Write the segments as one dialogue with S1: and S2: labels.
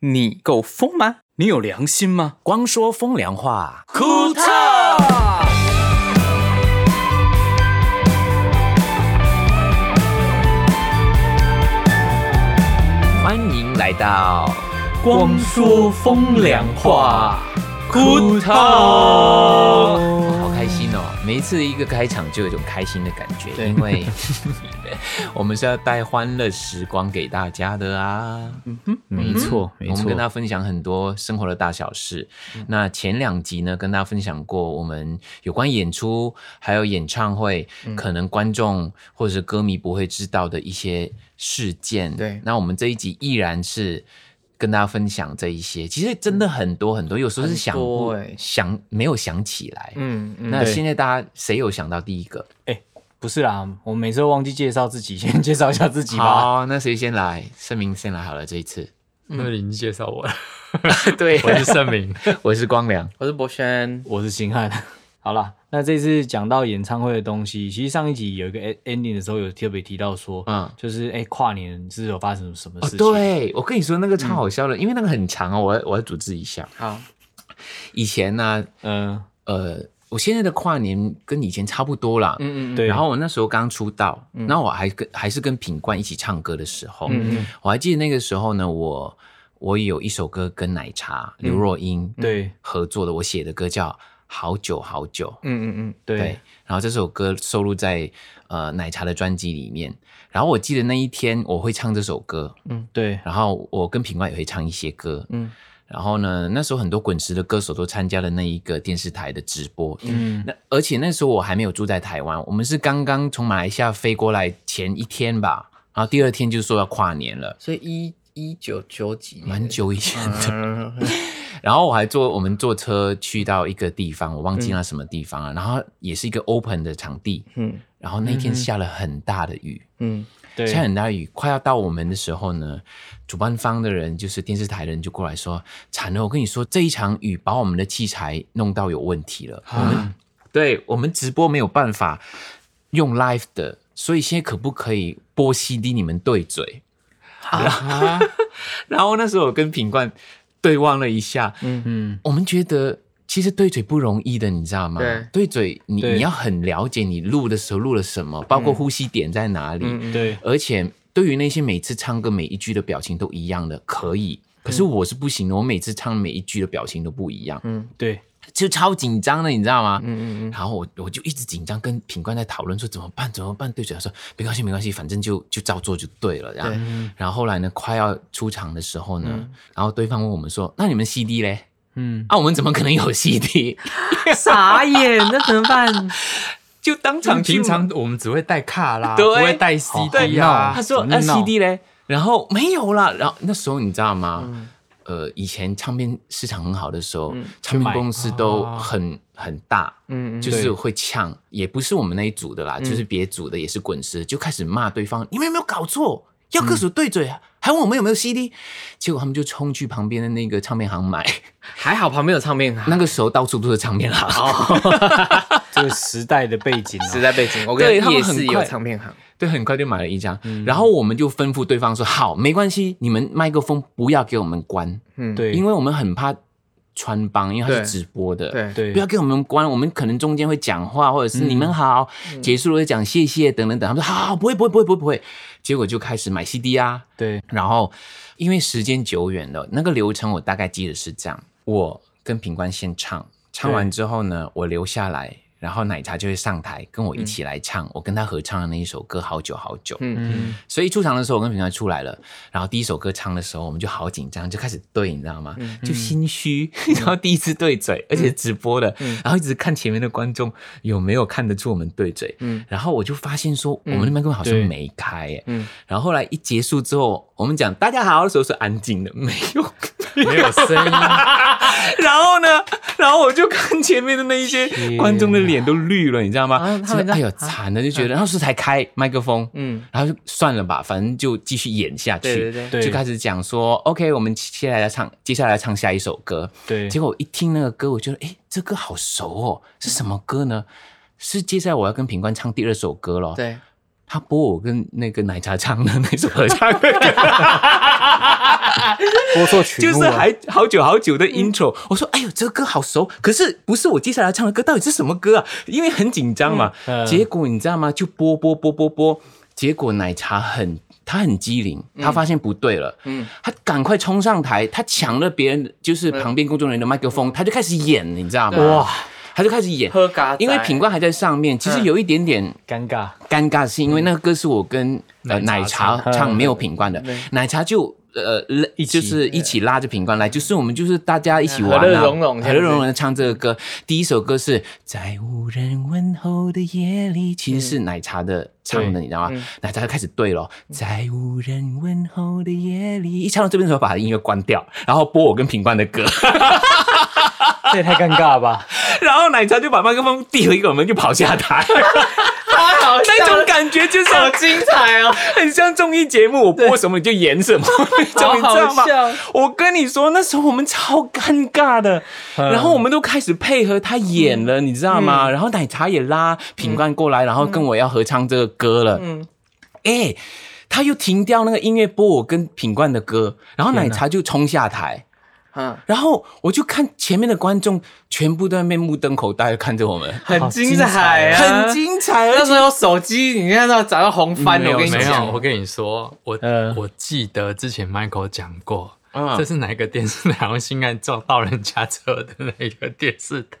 S1: 你够疯吗？你有良心吗？
S2: 光说风凉话，
S1: 库特。
S2: 欢迎来到
S1: 光说风凉话，库特。
S2: 好开心哦！每一次一个开场就有一种开心的感觉，
S1: 对
S2: 因为 我们是要带欢乐时光给大家的啊。嗯
S3: 没错，没
S2: 我们
S3: 错
S2: 跟。大家分享很多生活的大小事。那前两集呢，跟大家分享过我们有关演出还有演唱会，可能观众或者是歌迷不会知道的一些事件。
S1: 对
S2: 那我们这一集依然是。跟大家分享这一些，其实真的很多很多，有时候是想
S1: 很多
S2: 不、
S1: 欸
S2: 想没有想起来。
S1: 嗯嗯，
S2: 那
S3: 对
S2: 现在大家谁有想到第一个？
S3: 不是啦，我每次都忘记介绍自己，先 介绍一下自己吧。
S2: 好，那谁先来？盛明先来好了，这一次。
S4: 那你已经介绍我了，
S2: 对，
S4: 我是盛明。
S2: 我是光良。
S1: 我是博轩，
S3: 我是星汉。 好啦，那这次讲到演唱会的东西，其实上一集有一个 e- ending 的时候有特别提到说，
S2: 嗯
S3: 嗯，就是哎、跨年是有发生什么
S2: 哦
S3: 事，情？，
S2: 对，我跟你说那个超好笑的，
S4: 嗯
S2: 因为那个很长哦，我要我要组织一下。
S1: 好，
S2: 以前呢、
S3: 嗯、
S2: 呃，我现在的跨年跟以前差不多啦。
S1: 嗯嗯
S3: 对。
S2: 然后我那时候刚出道，
S4: 嗯
S2: 那、我还跟还是跟品冠一起唱歌的时候，
S1: 嗯
S2: 我还记得那个时候呢，我我有一首歌跟奶茶
S4: 嗯
S2: 刘若英
S3: 对
S2: 合作的，我写的歌叫《好久好久》。
S1: 嗯嗯
S3: 对，
S2: 然后这首歌收录在呃奶茶的专辑里面。然后我记得那一天我会唱这首歌，
S3: 对
S2: 然后我跟品冠也会唱一些歌，
S1: 嗯
S2: 嗯，然后呢，那时候很多滚石的歌手都参加了那一个电视台的直播，嗯，那而且那时候我还没有住在台湾，我们是刚刚从马来西亚飞过来前一天吧，然后第二天就说要跨年了，
S1: 所以一一九九几年，
S2: 蛮久以前的，
S1: 嗯。
S2: 然后我还坐我们坐车去到一个地方，我忘记那什么地方了，然后也是一个 open 的场地，
S1: 嗯
S2: 然后那天下了很大的雨，
S1: 嗯
S3: 对
S2: 下很大雨，快要到我们的时候呢，主办方的人就是电视台的人就过来说：“惨了，我跟你说，这一场雨把我们的器材弄到有问题了，我们对我们直播没有办法用 live 的，所以现在可不可以播 CD 你们对嘴？”
S1: 啊，
S2: 然后那时候我跟品冠对望了一下，
S3: 嗯，
S2: 我们觉得。其实对嘴不容易的，你知道吗？
S1: 对
S2: 嘴你
S3: 对
S2: 你要很了解你录的时候录了什么，包括呼吸点在哪里，
S1: 嗯
S3: 对
S2: 而且对于那些每次唱歌每一句的表情都一样的，可以。可
S1: 嗯
S2: 是我是不行的，我每次唱每一句的表情都不一样，
S3: 对
S2: 就超紧张的，你知道吗？
S1: 嗯嗯嗯，
S2: 然后我我就一直紧张，跟品冠在讨论说怎么办怎么办。对嘴他说没关系没关系，反正就就照做就对了。然
S1: 对嗯
S2: 后然后后来呢，快要出场的时候呢，然后对方问我们说，那你们 CD 嘞？
S3: 嗯，
S2: 啊，我们怎么可能有 CD？
S1: 傻眼，那怎么办？
S2: 就当场去
S4: 平常我们只会带卡啦，
S2: 对哦
S4: 不会带
S2: 对
S4: CD
S2: 呀，
S4: 啊
S2: 他。说呃
S3: 怎么
S2: 那
S3: 闹
S2: CD 嘞，然后没有啦，然后那时候你知道吗？呃，以前唱片市场很好的时候，唱片公司都很、很大，
S1: 嗯
S2: 就是会呛，也不是我们那一组的啦，就是别组的也是滚石，就开始骂对方，你们有没有搞错？要歌手对嘴，还问我们有没有 CD，结果他们就冲去旁边的那个唱片行买。
S1: 还好旁边有唱片行，
S2: 那个时候到处都是唱片行，
S3: 这个时代的背景、 啊，
S1: 时代背景，我跟
S2: 对
S1: 你
S2: 他
S1: 讲
S2: 们
S1: 夜
S2: 很
S1: 市也有
S2: 快
S1: 唱片行，
S2: 对，很快就买了一张。
S3: 嗯
S2: 然后我们就吩咐对方说：“好，没关系，你们麦克风不要给我们关。”
S1: 嗯，
S3: 对，
S2: 因
S3: 为
S2: 为我们很怕穿帮，因为它是直播的，
S1: 对
S3: 对嗯
S2: 不要给我们关，我们可能中间会讲话，或者是你们好，结束了会讲谢谢等等等，他们说好，好不会不会不会不会不会，结果就开始买 CD 啊，
S3: 对
S2: 然后因为时间久远了，那个流程我大概记得是这样：我跟品冠先唱，唱完之后呢，我留下来，然后奶茶就会上台跟我一起来唱，我跟他合唱的那一首歌《好久好久》。
S1: 嗯
S2: 嗯，所以一出场的时候，我跟品冠出来了，然后第一首歌唱的时候，我们就好紧张，就开始对，你知道吗？就心虚， 然后第一次对嘴，而且是直播的，然后一直看前面的观众有没有看得出我们对嘴。
S1: 嗯
S2: 然后我就发现说，我们的麦克风好像
S3: 对
S2: 没开、耶。
S1: 嗯
S2: 然后后来一结束之后，我们讲大家好的时候是安静的，没有。
S4: 没有声音，
S2: 然后呢，然后我就看前面的那一些观众的脸都绿了，你知道吗？
S1: 啊他
S2: 真
S1: 们
S2: 的哎
S1: 这
S2: 呦
S1: 样
S2: 惨了，就觉得那时才开麦克风，
S1: 嗯，
S2: 然后就算了吧，反正就继续演下去。
S1: 对对对
S3: 对
S2: 就开始讲说，OK，我们接下来唱，接下来唱下一首歌。
S3: 对
S2: 结果我一听那个歌，我觉得，哎，这歌好熟哦，是什么歌呢？是接下来我要跟品冠唱第二首歌咯。
S1: 对，
S2: 他播我跟那个奶茶唱的那首合唱的歌，
S3: 播错曲
S2: 就
S3: 目
S2: 是
S3: 了，
S2: 还好久好久的 intro。我说：“哎呦，这个歌好熟，可是不是我接下来唱的歌，到底是什么歌啊？”因为很紧张嘛。
S3: 嗯嗯
S2: 结果你知道吗？就播播播播播，结果奶茶很。他很机灵，他发现不对了，嗯
S1: 嗯，
S2: 他赶快冲上台，他抢了别人，就是旁边工作人员的麦克风，他就开始演，你知道吗？哇，他就开始演，
S1: 喝嘎仔，
S2: 因为品冠还在上面，其实
S1: 嗯
S2: 有一点点
S3: 尴尬。
S2: 尴尬，是因为那个歌是我跟呃奶茶
S1: 嗯
S2: 唱没有品冠的，奶茶就。呃，一
S3: 一起
S2: 就是一起拉着品冠来，就是我们就是大家一起玩、啊，
S1: 嗯和乐融融
S2: 和
S1: 这样子
S2: 乐融融的唱这个歌。第一首歌是在无人问候的夜
S1: 嗯
S2: 里，其实是奶茶的唱的，你知道吗？奶茶就开始对了，在无人问候的夜里，一唱到这边的时候把音乐关掉，然后播我跟品冠的 歌，
S3: 这也太尴尬了 吧！
S2: 然后奶茶就把麦克风递回给我们，就跑下台，
S1: 太好笑
S2: 那种
S1: 了，
S2: 感觉就是
S1: 好精彩 哦！
S2: 很像综艺节目，我播什么你就演什么那种， 你知道吗
S1: 好好笑？
S2: 我跟你说，那时候我们超尴尬的，
S1: 嗯
S2: 然后我们都开始配合他演了，你知道吗？然后奶茶也拉品冠过来，然后跟我要合唱这个歌了。嗯
S1: 嗯，
S2: 哎，他又停掉那个音乐播我跟品冠的歌，然后奶茶就冲下台。
S1: 嗯，
S2: 然后我就看前面的观众全部都在那边目瞪口呆地看着我们，
S1: 很
S3: 好
S1: 精
S3: 精
S1: 彩
S3: 彩
S1: 啊，
S2: 很。精彩，而
S1: 那
S2: 且
S1: 时候有哦手机，你看到找到红翻了，我跟你
S4: 没有，
S1: 讲
S4: 我，跟你说，我、
S3: 嗯
S4: 我记得之前 Michael 讲过，
S2: 嗯
S4: 这是哪一个电视台？好像性爱撞到人家车的那一个电视台，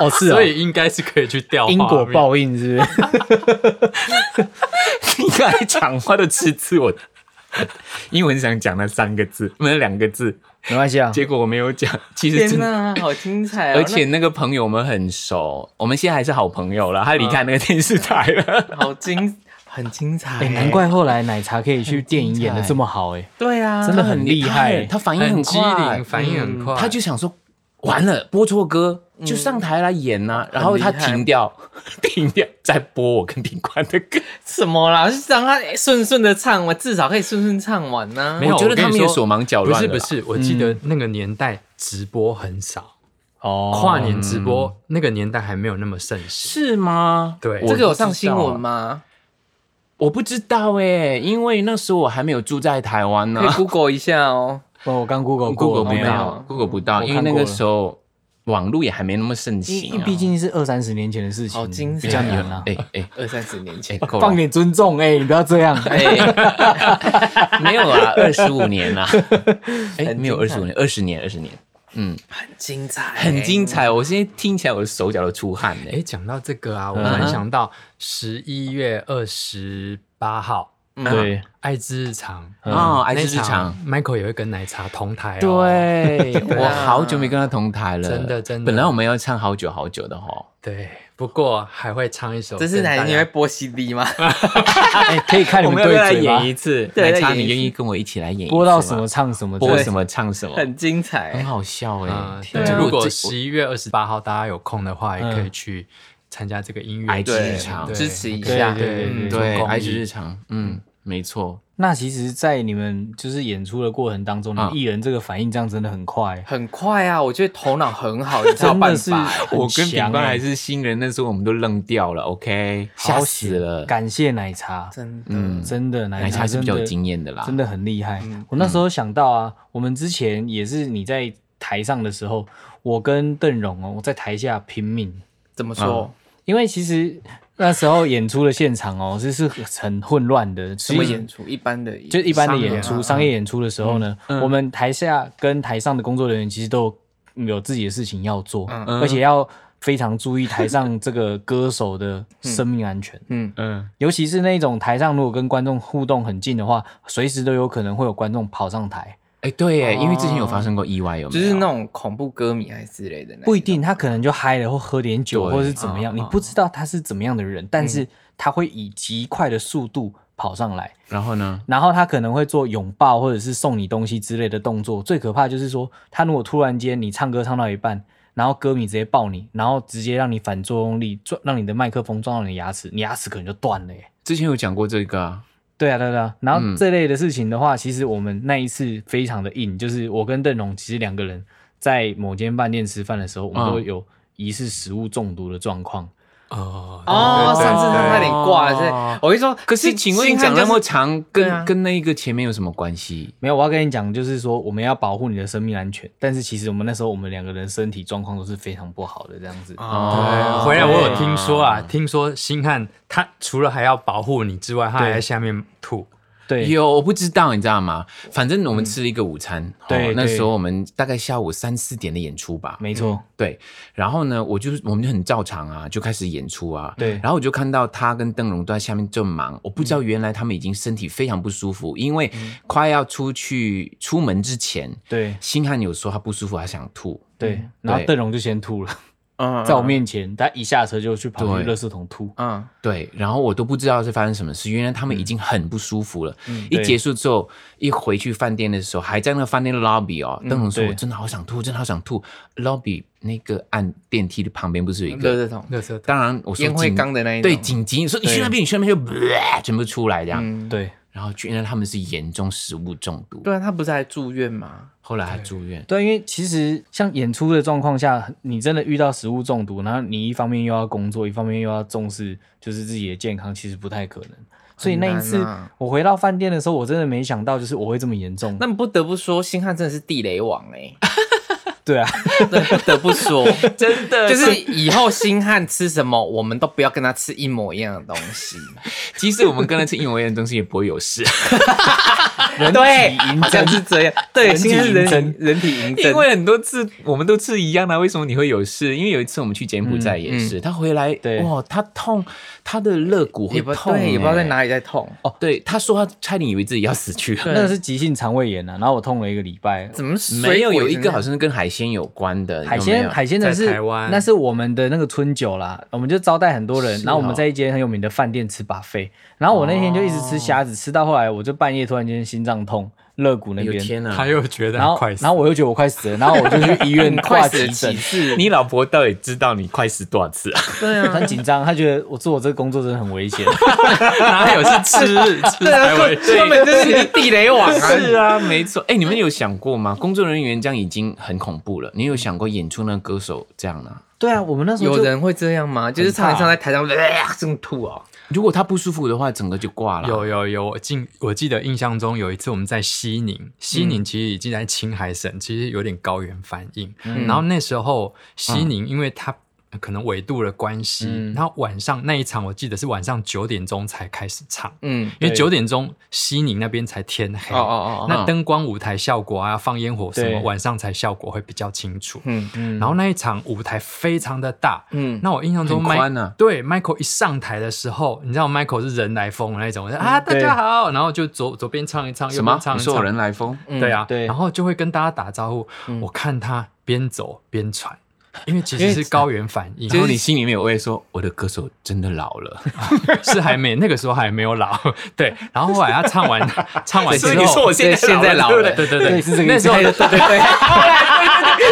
S3: 哦，是啊
S4: 所，以应该是可以去调
S3: 因
S4: 画
S3: 果
S4: 面
S3: 报应是不是？
S2: 你刚才讲话都吃字， 我因为我很想讲那三个字，那两个字，
S3: 没关系 啊，
S2: 结果我没有讲。其实
S1: 天
S2: 真的，
S1: 哪， 好精彩哦！
S2: 而且那个朋友我们很熟，我们现在还是好朋友了。他离开那个电视台 了，
S1: 那好精，很精彩
S3: 哎，
S1: 欸，
S3: 难怪后来奶茶可以去电影演的这么好哎，
S1: 对啊，
S3: 真的很厉害
S2: 他反应很
S4: 机
S2: 快嗯
S4: 灵，，反应很快，
S2: 他就想说完了播错歌。就上台来演呐、然后他
S1: 很厉害
S2: 停掉， 停掉，再播我跟品冠的歌。
S1: 什么啦？就让他顺顺的唱完，至少可以顺顺唱完呢
S4: 没。有
S2: 我觉得
S4: 我跟你
S2: 他们也
S4: 说
S2: 手忙脚
S4: 不
S2: 乱
S4: 是
S2: 了
S4: 不是，我记得那个年代直播很少，
S3: 哦，
S4: 跨年直播那个年代还没有那么盛行。
S2: 是吗？
S4: 对
S2: 我
S1: 这个有上
S2: 不知道
S1: 新
S2: 啊
S1: 闻吗？
S2: 我不知道哎、因为那时候我还没有住在台湾呢、
S1: 可以 Google 一下哦。
S3: 哦我刚 Google 过
S2: Google
S3: 没
S2: 不
S3: 有
S2: 到，Google 不到，
S3: 我
S2: 因
S3: 看
S2: 为那
S3: 过
S2: 个
S3: 了
S2: 时候网络也还没那么盛
S3: 因
S2: 行、
S3: 为
S2: 啊。
S3: 毕竟是二三十年前的事情，
S1: 好精彩
S3: 比较
S1: 啊
S3: 远了。
S2: 哎哎
S1: 二三十年前
S2: 哎，，够
S3: 放
S2: 了，
S3: 点尊重，哎，你不要 这样。
S2: 哎， 没有啊，二十五年啦，哎，没有二
S1: 很精
S2: 十
S1: 彩
S2: 五年，二十年，二十年，
S1: 很精彩，
S2: 很精。彩。我现在听起来我的手脚都出汗
S4: 哎，
S2: 嘞。
S4: 讲到这个啊，我突然想到十一月二十八号，
S3: 对，
S4: 爱之日常
S2: 哦
S4: 嗯
S2: 爱之日
S4: 那
S2: 常
S4: 场，Michael 也会跟奶茶同台哦。，
S2: 对， 我
S1: 啊
S2: 好久没跟他同台了，
S4: 真的真的
S2: 本来我们要唱好久好久的哈，
S4: 对，不过还会唱一首
S1: 这
S4: 跟
S1: 是
S4: 大家。
S1: 哪？你会播 CD 吗？
S3: 哎，可以看你
S2: 我
S3: 们
S2: 们要不要来
S3: 对嘴吗
S2: 演？一次？
S1: 对
S2: 奶茶，
S1: 再演一
S2: 你
S1: 次
S2: 愿意跟我一起来 演一次吗？
S3: 播到什么唱什么，
S2: 播
S3: 对
S2: 什么唱什么，
S1: 很精
S2: 很
S1: 彩，
S2: 好笑哎
S4: 嗯，。
S2: 天
S1: 对
S2: 哪
S1: 啊
S4: 如果
S2: 这
S4: 十一月二十八号大家有空的话，也可以
S3: 嗯
S4: 去参加这个音乐
S2: 爱
S4: 节
S2: 之日
S1: 对
S2: 常，
S1: 支持一
S3: 对啊
S1: 下。
S4: 对
S1: 嗯
S4: 对
S2: 对，
S4: 公益
S2: 爱之日常，嗯，没错，
S3: 那其实，在你们就是演出的过程当中，你
S2: 啊
S3: 们艺人这个反应这样真的很快，
S1: 很快啊，我觉得头脑很好，你知道
S3: 真
S1: 办
S3: 的是
S1: 法。欸
S3: 很
S2: 我跟
S3: 强
S2: 炳冠
S3: 哎
S2: 还是新人，那时候我们都愣掉了，OK，吓死了。
S3: 感谢奶茶，
S1: 真的，
S2: 嗯，
S3: 真的奶
S2: 奶茶是
S3: 真
S2: 比较有
S3: 的
S2: 经验的嗯啦，
S3: 真的很厉害。我那时候想到啊，我们之前也是你在台上的时候，我跟邓荣哦，我在台下拼命，
S1: 怎么说？
S3: 因为其实那时候演出的现场哦，是是很混乱的，
S1: 什
S3: 什
S1: 么演出？一般的，
S3: 就一般的演
S1: 商业
S3: 出，
S1: 啊嗯
S3: 商业演出的时候呢，我们台下跟台上的工作人员其实都有有自己的事情要做，
S1: 嗯
S3: 而且要非常注意台上这个歌手的生命安全。
S1: 嗯，
S2: 嗯，
S3: 尤其是那种台上如果跟观众互动很近的话，随时都有可能会有观众跑上台，
S2: 哎，对耶，
S1: 哦
S2: 因为之前有发生过意外，有没
S1: 就
S2: 有？
S1: 是那种恐怖歌迷还是之类的那种，
S3: 不一定他可能就嗨了或喝点酒
S2: 对
S3: 或是怎么样，
S1: 嗯
S3: 你不知道他是怎么样的人，但是他会以极快的速度跑上来。
S2: 然后呢？
S3: 然后他可能会做拥抱或者是送你东西之类的动作。最可怕就是说，他如果突然间你唱歌唱到一半，然后歌迷直接抱你，然后直接让你反作用力撞，让你的麦克风撞到你的牙齿，你牙齿可能就断了耶。
S2: 之前有讲过这个啊，
S3: 对啊，对啊对啊。然
S2: 嗯
S3: 后这类的事情的话，其实我们那一次非常的硬，就是我跟邓荣其实两个人在某间饭店吃饭的时候，我们
S2: 嗯
S3: 都有疑似食物中毒的状况。
S4: 哦
S1: 哦，
S4: 对对
S1: 上次他
S4: 对
S1: 差点挂了，是。我跟你说，
S2: 可是，
S1: 星
S2: 请问你
S1: 星汉
S2: 讲
S1: 就
S2: 那
S1: 是
S2: 么长，跟、
S1: 对啊
S2: 跟那一个前面有什么关系？
S3: 没有，我要跟你讲，就是说我们要保护你的生命安全，但是其实我们那时候我们两个人身体状况都是非常不好的这样子。
S2: 哦
S4: 对，回来我有听说啊，听说星汉他除了还要保护你之外，他还在下面吐。
S3: 对，嗯
S2: 有，我不知道，你知道吗？反正我们吃了一个午餐，哦
S3: 对
S2: 那
S3: 对
S2: 时候我们大概下午三四点的演出吧，
S3: 没错，
S2: 对，然后呢，我就是我们就很照常啊，就开始演出啊。
S3: 对嗯
S2: 然后我就看到他跟邓荣都在下面正忙，我不知道原来他们已经身体非常不舒服，因为快要出去出门之前，
S3: 对
S2: 星汉有说他不舒服，他想吐。
S3: 嗯对。然后
S2: 对
S3: 邓荣就先吐了，
S1: 嗯
S3: 在我面前，他一下车就去跑去
S2: 对
S3: 垃圾桶吐。
S1: 嗯，
S2: 对，然后我都不知道是发生什么事，原来他
S3: 嗯
S2: 们已经很不舒服了。一
S3: 对
S2: 结束之后，一回去饭店的时候，还在那个饭店的 lobby 哦，邓荣说：“
S3: 嗯对
S2: 我真的好想吐，真的好想吐。”lobby 那个按电梯的旁边不是有一
S1: 热
S2: 个？
S1: 热桶，
S4: 垃圾
S2: 当然，我说
S1: 烟灰
S2: 紧
S1: 缸的那一种，
S2: 对，紧急，你说你去那边，你去那边就全部出来这样。
S1: 嗯，
S3: 对
S2: 然后居然他们是严重食物中毒，
S1: 对啊，他不是还住院吗？
S2: 后来还住院。
S3: 对，因为其实像演出的状况下，你真的遇到食物中毒，然后你一方面又要工作，一方面又要重视就是自己的健康，其实不太可能。所以那一次、
S1: 很难啊
S3: 我回到饭店的时候，我真的没想到，就是我会这么严重。
S1: 那不得不说，星汉真的是地雷王哎、
S3: 对啊，
S1: 对，不得不说，
S2: 真的
S1: 就是以后星汉吃什么，我们都不要跟他吃一模一样的东西。
S2: 即使我们跟他吃一模一样的东西，也不会有 事，
S1: 啊对，好像是这样。对，
S3: 人体
S1: 星汉是人
S3: 银针
S1: 体人体银
S2: 因，
S1: 针
S2: 为很多次我们都吃一样的，啊为什么你会有事？因为有一次我们去柬埔寨也是，他回来，
S3: 嗯对
S2: 哇，他痛，他的肋骨会
S1: 也不
S2: 痛，
S1: 对，也不知道在哪
S2: 里。
S1: 里在痛。
S2: 哦，对，他说他差点以为自己要死去了。
S3: 那个是急性肠胃炎啊，然后我痛了一个礼拜。
S1: 怎么水
S2: 没有，
S1: 鬼
S2: 有一
S1: 真
S2: 个
S1: 的
S2: 好像是跟海鲜有关的，
S3: 海
S2: 有没
S3: 鲜
S2: 有
S3: 海鲜的是
S4: 在台湾
S3: 那是我们的那个春酒啦，我们就招待很多人，
S2: 是
S3: 然后我们
S2: 哦
S3: 在一间很有名的饭店吃 buffet，然后我那天就一直吃虾子，吃到后来我就半夜突然间心脏痛，肋骨那
S2: 哎呦
S3: 边，
S2: 天
S4: 他
S2: 哪！
S4: 又觉得
S3: 然
S4: 很
S3: 后
S4: 快
S3: 然后我又觉得我快死了，然后我就去医院
S1: 很
S3: 挂
S1: 快死
S3: 急
S1: 的
S3: 诊
S1: 启，示，
S2: 你老婆到底知道你快死多少次啊？
S1: 对啊，
S3: 很紧张，他觉得我做我这个工作真的很危险，
S2: 哪有是吃 吃
S1: 对啊，
S2: 才会
S1: 根根本就是你的地雷王啊！
S2: 是啊，没错。哎、你们有想过吗？工作人员这样已经很恐怖了，你有想过演出那歌手这样呢、
S3: 对啊，我们那时候
S1: 有
S3: 就
S1: 人会这样吗？就是唱一唱在台上，呃这么吐哦。
S2: 如果他不舒服的话，整个就挂了。
S4: 有有有，我记我记得印象中有一次我们在西宁，西宁其实已经在青海省，其实有点高原反应。然后那时候西宁，因为它可能纬度的关系，然后晚上那一场我记得是晚上九点钟才开始唱。
S1: 嗯，
S4: 因为
S3: 对
S4: 九点钟西宁那边才天黑，
S1: 哦哦哦哦
S4: 那灯光舞台效果啊，放烟火什
S3: 对
S4: 么，晚上才效果会比较清楚。
S1: 嗯
S4: 然后那一场舞台非常的大，
S1: 嗯
S4: 那我印象中
S2: 很
S4: m
S2: 宽啊
S4: 对 Michael 一上台的时候，你知道 Michael 是人来疯的那种，啊大
S3: 对
S4: 家好，然后就左左边唱一唱，右
S2: 什么
S4: 边？唱
S2: 你
S4: 一
S2: 说有人
S4: 唱，
S2: 来疯？
S4: 对啊，
S3: 对
S4: 然后就会跟大家打招呼。我看他边走边喘，因为其实是高原反应，
S2: 然后你心里面有位说，我的歌手真的老了，
S4: 是还没那个时候还没有老，对。然后后来他唱完唱完 之
S2: 所
S4: 后，
S2: 以你说我现在
S1: 对现在老了
S2: 对不对
S4: 对对
S3: 对
S4: 对，
S3: 是这个意思
S4: 那时
S1: 对
S4: 候
S1: 对对，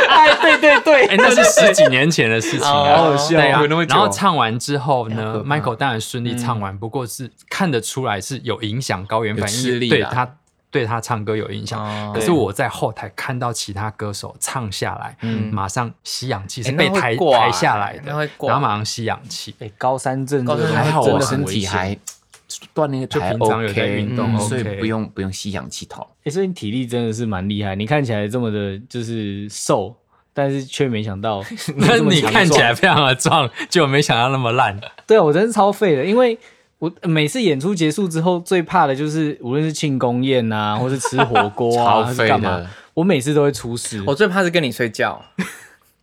S3: 哎对对对，
S4: 哎，那是十几年前的事情
S3: 好好
S4: 啊。
S3: 笑
S4: 对啊
S3: 哦，，
S4: 然后唱完之后呢
S1: 可怕
S4: ，Michael 当然顺利唱完，不过是看得出来是有影响高原反
S2: 有吃
S4: 应，
S2: 力
S4: 对
S2: 啦
S4: 他对他唱歌有影响。
S1: 哦
S4: 可是我在后台看到其他歌手唱下来，马上吸氧气是
S1: 哎
S4: 被
S1: 那会
S4: 抬
S1: 挂
S4: 抬下来
S1: 那
S4: 的
S1: 会，挂
S4: 然后马上吸氧气。
S3: 哎高山症
S1: 高
S3: 这
S1: 山
S3: 个
S1: 症
S2: 还好啊
S3: 真
S2: 我
S3: 的啊很
S2: 身
S3: 危
S2: 体
S3: 险
S2: 还锻炼
S4: 就
S2: 还
S4: 平常有在
S2: OK，
S4: 运动
S2: 嗯所以
S4: OK
S2: 不用不用吸氧气筒。
S3: 欸，所以你体力真的是蛮厉害，你看起来这么的，就是瘦，但是却没想到你
S4: 那
S3: 这么
S4: 你
S3: 强
S4: 看起
S3: 壮
S4: 来非常的壮，就没想到那么烂。
S3: 对啊，我真是超废的，因为我每次演出结束之后，最怕的就是无论是庆功宴啊，或是吃火锅 啊，
S2: 超
S3: 还是
S2: 废
S3: 干
S2: 的
S3: 嘛，我每次都会出事。
S1: 我最怕是跟你睡觉，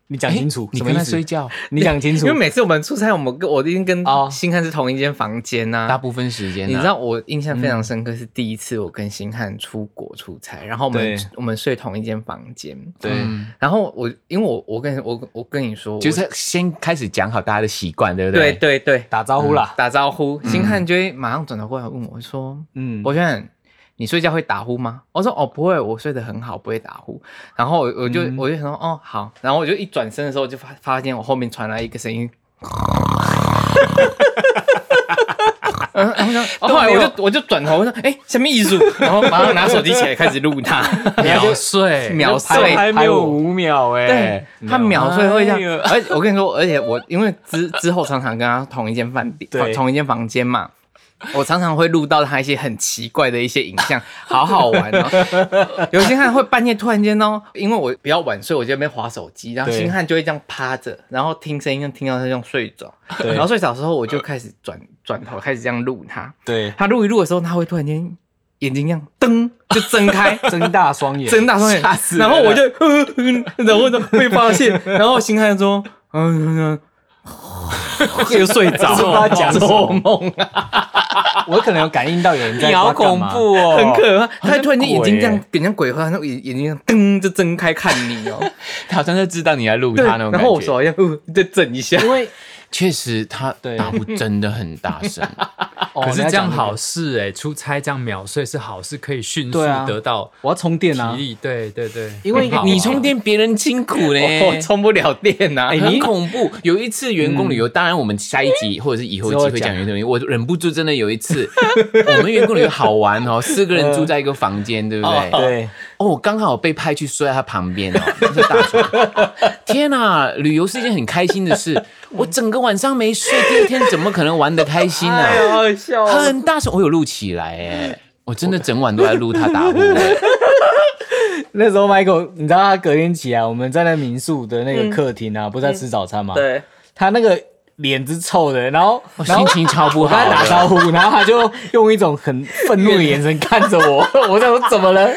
S3: 你讲清楚，
S2: 你
S3: 什么
S2: 跟
S3: 意
S2: 他
S3: 思
S2: 睡？觉，
S3: 你讲清
S2: 嗯
S3: 楚
S1: 因为，每次我们出差，我们跟我一定跟
S3: 哦
S1: 星汉是同一间房间呐、
S2: 大部分时间啊嗯
S1: 你知道我印象非常深刻，是第一次我跟星汉出国出差，然后我们
S3: 对
S1: 我们睡同一间房间，
S3: 对
S2: 嗯
S1: 然后我因为我我跟我我跟你说，我
S2: 就是先开始讲好大家的习惯，对不
S1: 对
S2: 对？
S1: 对对
S3: 打招呼啦，
S1: 打招呼，星汉就会马上转头过来问我说：“
S3: 嗯，
S1: 博轩，你睡觉会打呼吗？”我说：“哦，不会，我睡得很好，不会打呼。”然后我我就、
S3: 嗯
S1: 我就想说：“哦，好。”然后我就一转身的时候，就发发现我后面传来一个声音。 然后然后然后后来我就我就转头我说：“哎，什么艺术？”然后马上拿手机起来开始录 他，
S4: 秒碎
S1: 秒碎。
S2: 还没有五秒哎、
S1: 对，他秒碎会这
S2: 哎呦
S1: 样，而且我跟你说，而且我因为之之后常常跟他同一间饭店
S3: 对，
S1: 同一间房间嘛，我常常会录到他一些很奇怪的一些影像， 好好玩哦。有些汉会半夜突然间哦，因为我比较晚睡，我就在那边划手机，然后
S3: 对
S1: 星汉就会这样趴着，然后听声音，听到他这样睡着，
S3: 对
S1: 然后睡着之后，我就开始转转头开始这样录他，
S3: 对，
S1: 他录一录的时候，他会突然间眼睛这样噔就睁开，
S3: 睁大双 眼，
S1: 睁大双眼，然后我就，呃呃然后就被发现，然后星汉说，嗯、呃，又睡着
S3: 不知道
S1: 了，
S3: 他讲什么
S1: 做梦啊，
S3: 我可能有感应到有人在，
S2: 你好恐怖哦，
S1: 很可怕。他突然间眼睛这
S3: 好像
S1: 样，变成鬼话，然后眼眼睛这样噔就睁开看你哦，
S2: 他好像是知道你来录
S1: 对，
S2: 他那种感觉。
S1: 然后我手好像呃再震一下，
S3: 因为
S2: 确实他
S3: 对
S2: 打呼真的很大声，
S3: 哦
S4: 可是
S3: 你在
S4: 这样
S3: 讲
S4: 好事哎、出差这样秒碎是好事，可以迅速
S3: 对啊
S4: 得到
S3: 我要充电
S4: 体
S3: 啊，
S4: 力。对对对，
S3: 因为
S4: 很好啊
S2: 你充电别人辛苦 嘞。
S1: 我充不了电呐、
S3: 哎嗯
S2: 很恐怖。有一次员工旅游，当然我们下一集或者是以后一集会讲员工旅游。我忍不住真的有一次， 我们员工旅游好玩哦，四个人住在一个房 间，对不对？
S3: 对，
S2: 哦，我刚好被派去睡在他旁边哦，那是大床。天哪、旅游是一件很开心的 事，我整个晚上没睡，第二天怎么可能玩得开心呢、
S1: 哎呦，好笑哦、
S2: 很大声，我有录起来
S3: 嗯
S2: 哎，我真的整晚都在录他 打呼哎。
S3: 那时候 Michael，你知道他隔天起来，我们在那民宿的那个客厅啊，不是在吃早餐吗？，
S1: 对，
S3: 他那个脸是臭的，然后
S2: 我
S3: 然后
S2: 心情超不
S3: 我
S2: 好
S3: 跟他打
S2: 的，
S3: 招呼，然后他就用一种很愤怒的眼神看着 我，我在说怎么了？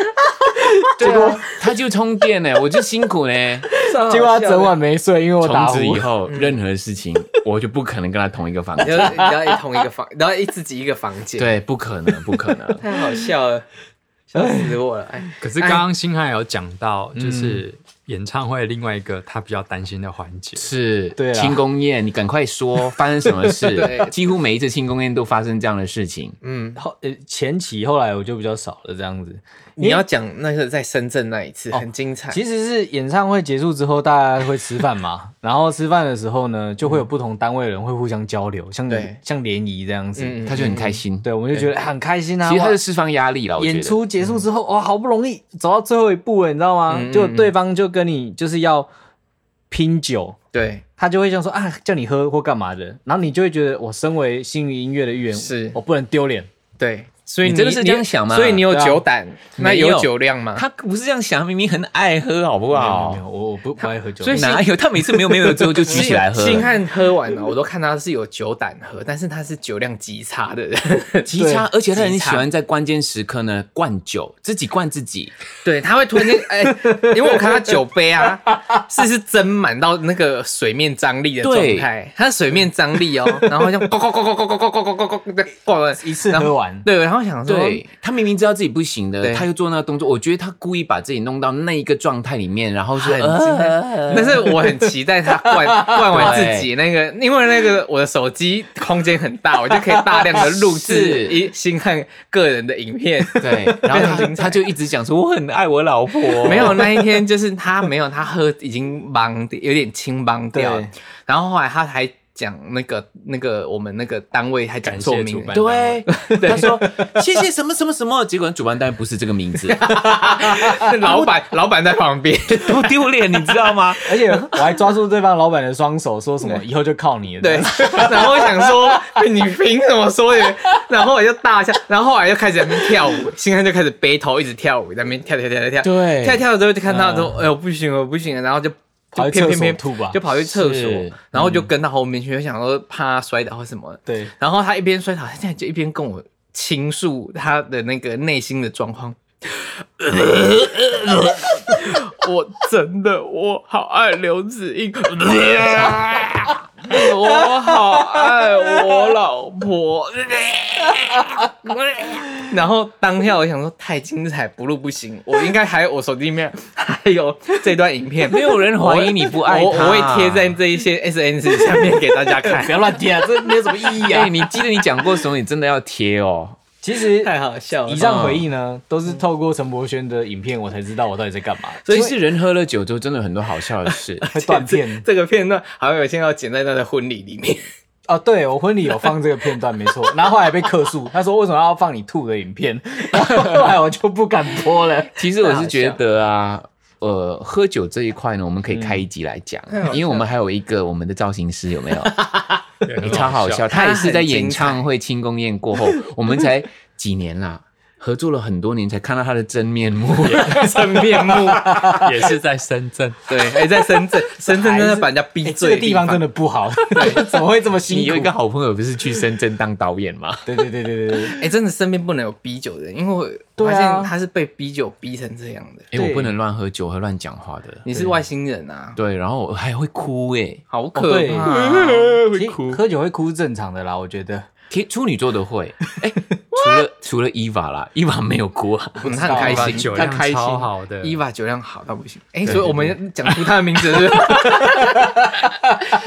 S2: 结果他就充电呢，我就辛苦呢。
S3: 结果他整晚没睡，因为我
S2: 从
S3: 打呼
S2: 此。以后，任何事情我就不可能跟他同一个房
S1: 然
S2: 间，
S1: 后然后同一个房，然后一自己一个房间，，
S2: 对，不可能，不可能。
S1: 太好笑了，笑死我了，哎。
S4: 可是刚刚星汉有讲到，就是演唱会另外一个他比较担心的环节，
S2: 是，
S3: 对啦
S2: 庆功宴，你赶快说发生什么事
S1: 对？
S2: 几乎每一次庆功宴都发生这样的事情。
S1: 嗯，
S3: 后呃前期后来我就比较少了这样子，
S1: 你要讲那个在深圳那一次、很精彩，
S3: 其实是演唱会结束之后大家会吃饭嘛， 然后吃饭的时候呢，就会
S2: 嗯
S3: 有不同单位的人会互相交流，像
S1: 对
S3: 像联谊这样子，
S1: 嗯
S2: 他就很开心，
S3: 对，我们就觉得哎很开心啊。
S2: 其实他
S3: 哇
S2: 是释放压力了。我觉嗯
S3: 演
S2: 得，
S3: 出结束之后，哇，好不容易走到最后一步了，你知道吗？
S1: 嗯嗯
S3: 就对方就跟你就是要拼酒，
S1: 对，
S3: 他就会这样说啊，叫你喝或干嘛的，然后你就会觉得我身为新宇音乐的一员，
S1: 是
S3: 我不能丢脸。
S1: 对，所以
S2: 你真的是这样想吗
S1: 所以你有
S3: 对啊
S1: 酒胆，那
S2: 没有
S1: 有酒量吗？
S2: 他不是这样想，明明很爱喝，好不
S3: 没有没有，
S2: 好？
S3: 我我不不爱喝酒，
S1: 所以
S2: 哪有？他每次没有没有之后就举起来 喝，
S1: 星汉喝完了，我都看他是有酒胆喝，但是他是酒量极差的人，
S2: 极差，而且他很
S1: 极
S2: 喜
S1: 差
S2: 欢在关键时刻呢灌酒，自己灌自己。
S1: 对，他会突然间，哎、因为我看他酒杯啊，是是斟满到那个水面张力的状
S2: 对
S1: 态，他水面张力哦，然后像咕咕咕咕咕咕咕咕咕咕咕咕咕咕完
S3: 一次
S1: 然后
S3: 喝完
S1: 对，然后想说，
S2: 对他明明知道自己不行的，
S1: 对
S2: 他又做那个动作，我觉得他故意把自己弄到那一个状态里面，然后 是
S1: 很精彩但是我很期待他 灌灌完自己那个，因为那个我的手机空间很大，我就可以大量的录
S2: 是
S1: 制一星汉个人的影片。
S2: 对，然后
S1: 非
S2: 他
S1: 常精彩
S2: 他就一直讲说我很爱我老婆，
S1: 没有那一天，就是他没有他喝已经忙有点清忙掉
S3: 对，
S1: 然后后来他还讲那个那个我们那个单位还讲错
S4: 感谢
S1: 名
S4: 主，办
S2: 对，他说谢谢什么什么什么，结果主办单位不是这个名字，啊
S1: 对老板老板在旁边，
S2: 多 丢脸，你知道吗？
S3: 而且我还抓住对方老板的双手，说什么 以后就靠你了。
S1: 对，然后我想说你凭什么说的？然后我就大笑，然后后来就开始在那边跳舞， 星汉就开始背头一直跳舞，在那边跳跳跳跳跳，
S2: 对
S1: 跳跳了之后就看到说，哎呦不行了不行了，然后就
S3: 嗯跑
S1: 就
S3: 去厕
S1: 偏
S3: 所
S1: 偏偏
S3: 吐吧嗯
S1: 就跑去厕所
S2: 是，
S1: 然后就跟到后面去，就想说怕他摔倒或什么的。
S3: 对，
S1: 然后他一边摔倒，他现在就一边跟我倾诉他的那个内心的状况。我真的我好爱刘子英，我好爱我老婆。然后当下我想说太精彩不录不行，我应该还有我手机里面还有这段影片，
S2: 没有人怀疑你不爱他，
S1: 我我会贴在这一些 SNS 下面给大家看
S3: 不。要乱
S2: 啊
S3: 点，这没有什么意 义
S2: 哎、
S3: 啊。
S2: 你记得你讲过什么？你真的要贴哦。
S3: 其实
S1: 太好笑了
S3: 以上回忆呢，都是透过陈柏轩的影片，我才知道我到底在干嘛。
S2: 其 实人喝了 酒之后，真的很多好笑的事。
S3: 会断片，
S1: 这个片段好像有些要剪在他的婚礼里面。
S3: 啊，对我婚礼有放这个片段，没 错。然后后来被客诉，他说为什么要放你吐的影片？然后后来我就不敢播了。
S2: 其实我是觉得啊，呃，喝酒这一块呢，我们可以开一集来讲，因为我们还有一个我们的造型师有没有？你超好笑，他也是在演唱会庆功宴过 后，我们才几年啦。合作了很多年，才看到他的真面 目。
S1: 真 面目，
S4: 也是在深圳。
S1: 对，哎，在深 圳，深圳真的把人家逼
S3: 哎
S1: 醉
S3: 这个地方真
S1: 的
S3: 的不好， 怎么会这么辛
S2: 你
S3: 苦？
S2: 有一个好朋友不是去深圳当导演吗？
S3: 对对对对对对，
S1: 地方，哎，真的身边不能有逼酒的人，因为我
S3: 对
S1: 发
S3: 啊
S1: 现他是被逼酒逼成这样的。
S2: 哎、我不能乱喝酒和乱讲话的。
S1: 你是外星人啊，
S2: 对，然后我还会哭哎、
S1: 好可
S3: 对
S1: 怕啊。
S3: 其实喝酒会哭是正常的啦，我觉得。
S2: 天处女座的会， 哎、除了除了伊娃啦，伊娃没有哭啊。
S1: 嗯他很开
S4: 哇
S1: 心，
S4: 酒
S1: 他
S4: 量
S1: 开心，
S4: 超好的，
S1: 伊娃酒量好到不行。哎、所以我们讲出他的名字是不是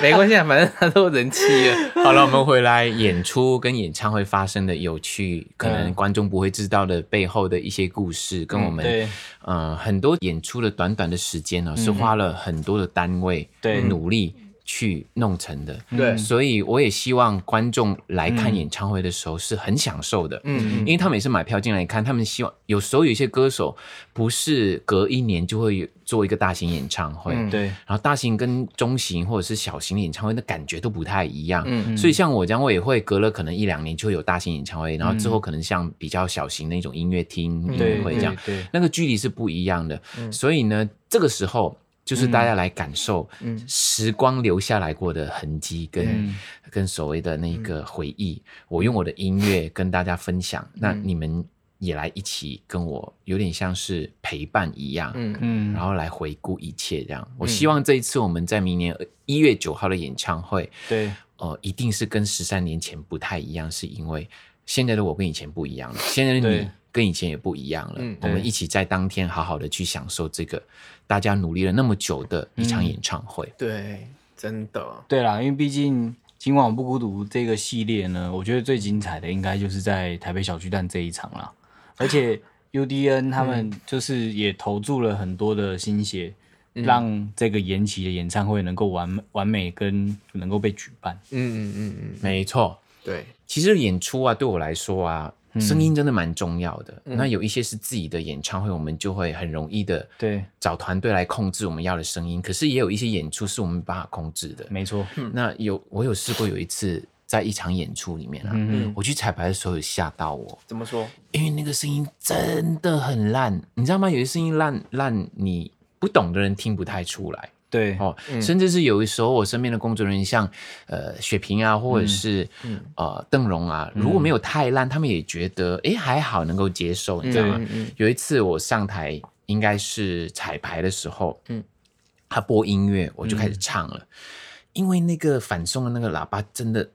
S1: 没关系，啊，反正他都人气了。
S2: 好了，我们回来演出跟演唱会发生的有趣，可能观众不会知道的背后的一些故事，跟我们、
S3: 对
S2: 呃很多演出的短短的时间呢、是花了很多的单位
S3: 对
S2: 努力去弄成的。
S1: 对
S2: 所以我也希望观众来看演唱会的时候是很享受的。
S1: 嗯，
S2: 因为他们也是买票进来看，他们希望有时候有一些歌手不是隔一年就会有做一个大型演唱会，
S1: 嗯
S3: 对，
S2: 然后大型跟中型或者是小型的演唱会的感觉都不太一样，
S1: 嗯
S2: 所以像我这样，我也会隔了可能一两年就会有大型演唱会，然后之
S1: 嗯
S2: 后可能像比较小型那种音乐厅、音
S3: 对
S2: 乐嗯会这样，
S3: 对对
S2: 那个距离是不一样的，所以呢，这个时候。就是大家来感受时光留下来过的痕迹跟，跟、所谓的那个回忆，我用我的音乐跟大家分享，那你们也来一起跟我，有点像是陪伴一样，
S1: 嗯
S3: 嗯
S2: 然后来回顾一切这样。我希望这一次我们在明年一月九号的演唱会，
S3: 对
S2: 呃，一定是跟十三年前不太一样，是因为现在的我跟以前不一样了，现在的你
S3: 对
S2: 跟以前也不一样了
S1: 嗯。
S2: 我
S3: 对
S2: 们一起在当天好好的去享受这个大家努力了那么久的一
S3: 嗯
S2: 场演唱会。
S1: 对，真的。
S3: 对啦，因为毕竟今晚我不孤独这个系列呢，我觉得最精彩的应该就是在台北小巨蛋这一场啦，而且 UDN 他们就是也投注了很多的心血。让这个延期的演唱会能够完完美跟能够被举办，
S1: 嗯嗯嗯嗯，
S2: 没错，
S1: 对，
S2: 其实演出啊，对我来说啊，
S3: 嗯
S2: 声音真的蛮重要的。那有一些是自己的演唱会，我们就会很容易的
S3: 对
S2: 找团队来控制我们要的声音。可是也有一些演出是我们没办法控制的。
S3: 没错，
S2: 那有我有试过有一次在一场演出里面啊，
S3: 嗯
S2: 我去彩排的时候有吓到我，
S1: 怎么说？
S2: 因为那个声音真的很烂，你知道吗？有些声音烂烂，你不懂的人听不太出来。
S3: 对，
S2: 哦，
S1: 嗯
S2: 甚至是有的时候，我身边的工作人员像呃雪萍啊，或者是、
S1: 嗯
S2: 呃邓荣啊，如果没有太烂，他们也觉得诶还好能够接受，你知道吗？
S1: 嗯嗯
S2: 有一次我上台应该是彩排的时候，
S1: 嗯
S2: 嗯，他播音乐我就开始唱了，因为那个反送的那个喇叭真的，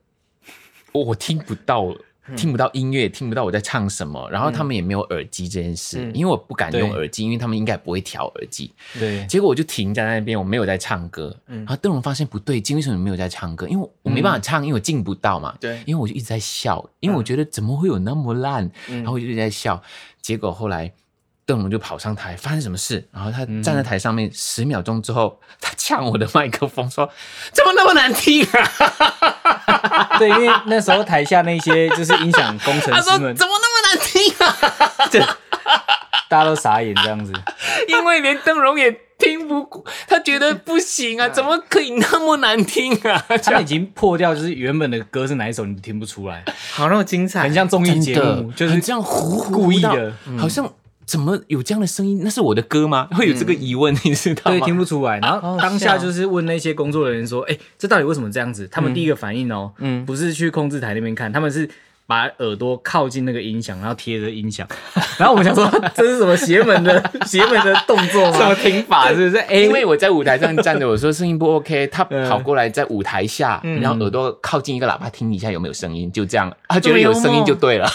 S2: 我我听不到。
S1: 嗯
S2: 听不到音乐，听不到我在唱什么，然后他们也没有耳机这件事，
S1: 嗯
S2: 因为我不敢
S3: 对
S2: 用耳机，因为他们应该不会调耳机。
S3: 对，
S2: 结果我就停在那边，我没有在唱歌。然后邓荣发现不对劲，为什么你没有在唱歌？因为我没办法唱，因为我进不到嘛。
S1: 对
S2: 因为我就一直在笑，因为我觉得怎么会有那么烂，然后我就一直在笑。结果后来邓荣就跑上台，发生什么事？然后他站在台上面十秒钟之后，他呛我的麦克风说：“怎么那么难听啊
S3: 对，因为那时候台下那些就是音响工？”程
S2: 他说
S3: 师：“们
S2: 怎，么那么难听啊
S3: 大家都傻眼这样子。？”
S2: 因为连邓荣也。听不过，他觉得不行 啊，怎么可以那么难听啊？
S3: 他们已经破掉，就是原本的歌是哪一首你听不出来，
S1: 好那么精彩，
S3: 很像综艺节
S2: 真
S3: 目，
S2: 的
S3: 就是
S2: 很这样糊糊
S3: 故意
S2: 到
S3: 的，
S2: 好像怎么有这样的声音？那是我的歌吗？会有这个疑问，你知道
S3: 对
S2: 吗？
S3: 听不出来。然后
S1: 好
S3: 当下
S1: 笑
S3: 就是问那些工作人员说：“哎，这到底为什么这样子？”他们第一个反应哦，
S1: 嗯
S3: 不是去控制台那边看，他们是。把耳朵靠近那个音响，然后贴着音 响，然后我们想说这是什么邪门的邪门的动作
S1: 什么
S3: 吗？
S1: 听法是 不是？哎、
S2: 因为我在舞台上站着，我说声音不 OK，他跑过来在舞台下，然后耳朵靠近一个喇叭听一下有没有声音，就这样，哦他觉得有声音就对了。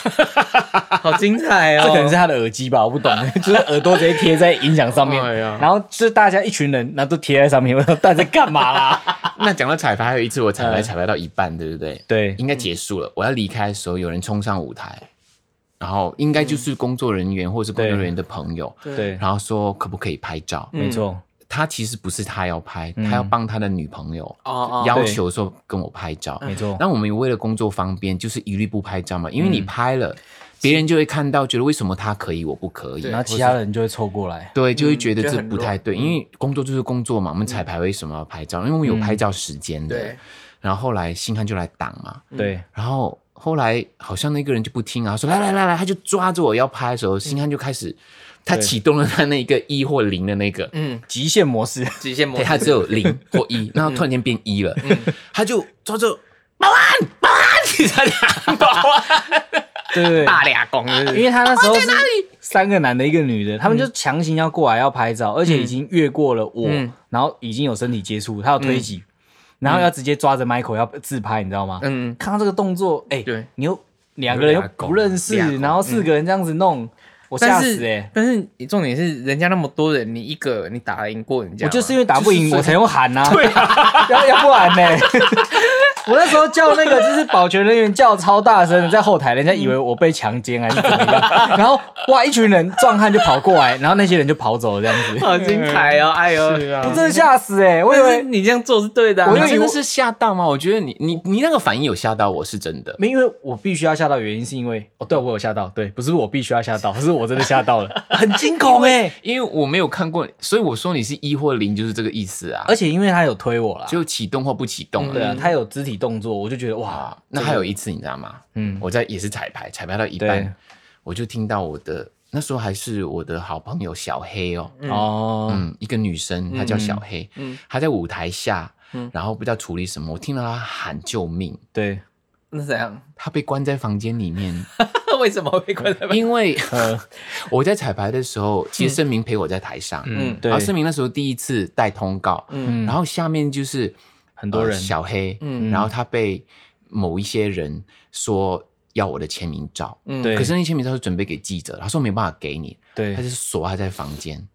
S1: 好精彩 哦！
S3: 这可能是他的耳机吧，我不懂，就是耳朵直接贴在音响上面，
S2: 哎呀
S3: 然后就是大家一群人，然后都贴在上面，我说大家干嘛啦？
S2: 那讲到彩排，还有一次我彩排彩排到一半，对不对？
S3: 对
S2: 应该结束了，我要离开的时候，有人冲上舞台，然后应该就是工作人员或是工作人员的朋友，
S1: 对
S3: 对，
S2: 然后说可不可以拍照？
S3: 没错，
S2: 他其实不是他要拍，他要帮他的女朋友
S1: 嗯哦嗯
S2: 要求说跟我拍照，
S3: 没错。
S2: 那我们为了工作方便，就是一律不拍照嘛，因为你拍了，别人就会看到，觉得为什么他可以，我不可以。
S1: 对
S3: 然后其他人就会凑过来，
S2: 对，就会觉得
S1: 嗯就
S2: 这
S1: 很嗯
S2: 不太对，因为工作就是工作嘛，我们彩排为什么要拍照？因为我们有拍照时间的。
S1: 对
S2: 然后后来星汉就来挡嘛，
S3: 对，
S2: 然后后来好像那个人就不听啊，说来来来来，他就抓着我要拍的时
S1: 嗯
S2: 候，星汉就开始他
S3: 对
S2: 启动了他那个一或零的那个，
S1: 嗯，
S3: 极限模式，
S1: 极限模
S2: 对，
S1: 式，
S2: 他只有零或一，然后突然间变一了，他就抓着保安保安，你才两保安，
S3: 对对对。
S1: 大俩公是不是
S3: 因为他那
S1: 哦
S3: 时候是三个男的，一个女的，他们就强行要过来要拍照，而且已经越过了我
S1: 嗯，
S3: 然后已经有身体接触，他要推挤，然后要直接抓着 Michael 要自拍，你知道吗？
S1: 嗯
S3: 看到这个动作，哎，
S1: 对，
S3: 你又两个人又
S4: 俩狗
S3: 不认识
S1: 俩狗，
S3: 然后四个人这样子弄，我吓
S1: 但
S3: 死
S1: 是、
S3: 哎！
S1: 但是你重点是，人家那么多人，你一个你打得赢过人家
S3: 我
S1: 吗？
S3: 啊就是因为打不赢，我才用喊呐， 对啊要要不然呢？ 我那时候叫那个就是保全人员叫超大声的，在后台，人家以为我被强奸还是怎么 样。然后哇，一群人壮汉就跑过来，然后那些人就跑走了，这样子，
S1: 好精彩哦！哎呦，
S3: 我真的吓死哎、欸！我以
S1: 但是
S3: 为
S1: 你这样做是对的、啊，
S3: 我
S2: 你
S3: 以为
S2: 真的是吓到吗？我觉得你你你那个反应有吓到我是真的，
S3: 没，因为我必须要吓到，原因是因为哦，对我有吓到，对，不是我必须要吓到， 是我真的吓到了，很惊恐哎、
S2: 因为我没有看过，所以我说你是一或零就是这个意思啊，
S3: 而且因为他有推我啦，
S2: 就启动或不启动
S3: 对
S2: 了。
S3: 啊，他有肢体动作，我就觉得哇，
S2: 啊，那还有一次你知道吗？嗯，我在也是彩排，彩排到一
S3: 对
S2: 半，我就听到我的那时候还是我的好朋友小黑哦，
S3: 哦，
S2: 嗯，一个女生，她叫小黑，
S1: 嗯
S2: 她在舞台下
S1: 嗯，
S2: 然后不知道处理什么，我听到她喊救命，
S3: 对，
S1: 那怎样？
S2: 她被关在房间里面，
S1: 为什么会关在
S2: 因为
S1: 嗯
S3: 呃，
S2: 我在彩排的时候，其实盛明陪我在台上，
S1: 嗯
S4: 嗯，
S3: 对
S2: 然后，盛明那时候第一次带通告，
S1: 嗯
S2: 然后下面就是
S3: 很多人
S2: 呃小黑，
S1: 嗯
S2: 然后他被某一些人说要我的签名照，
S1: 嗯
S3: 对
S2: 可是那签名照是准备给记者的，他说没办法给你，
S3: 对
S2: 他，就是锁他在房间，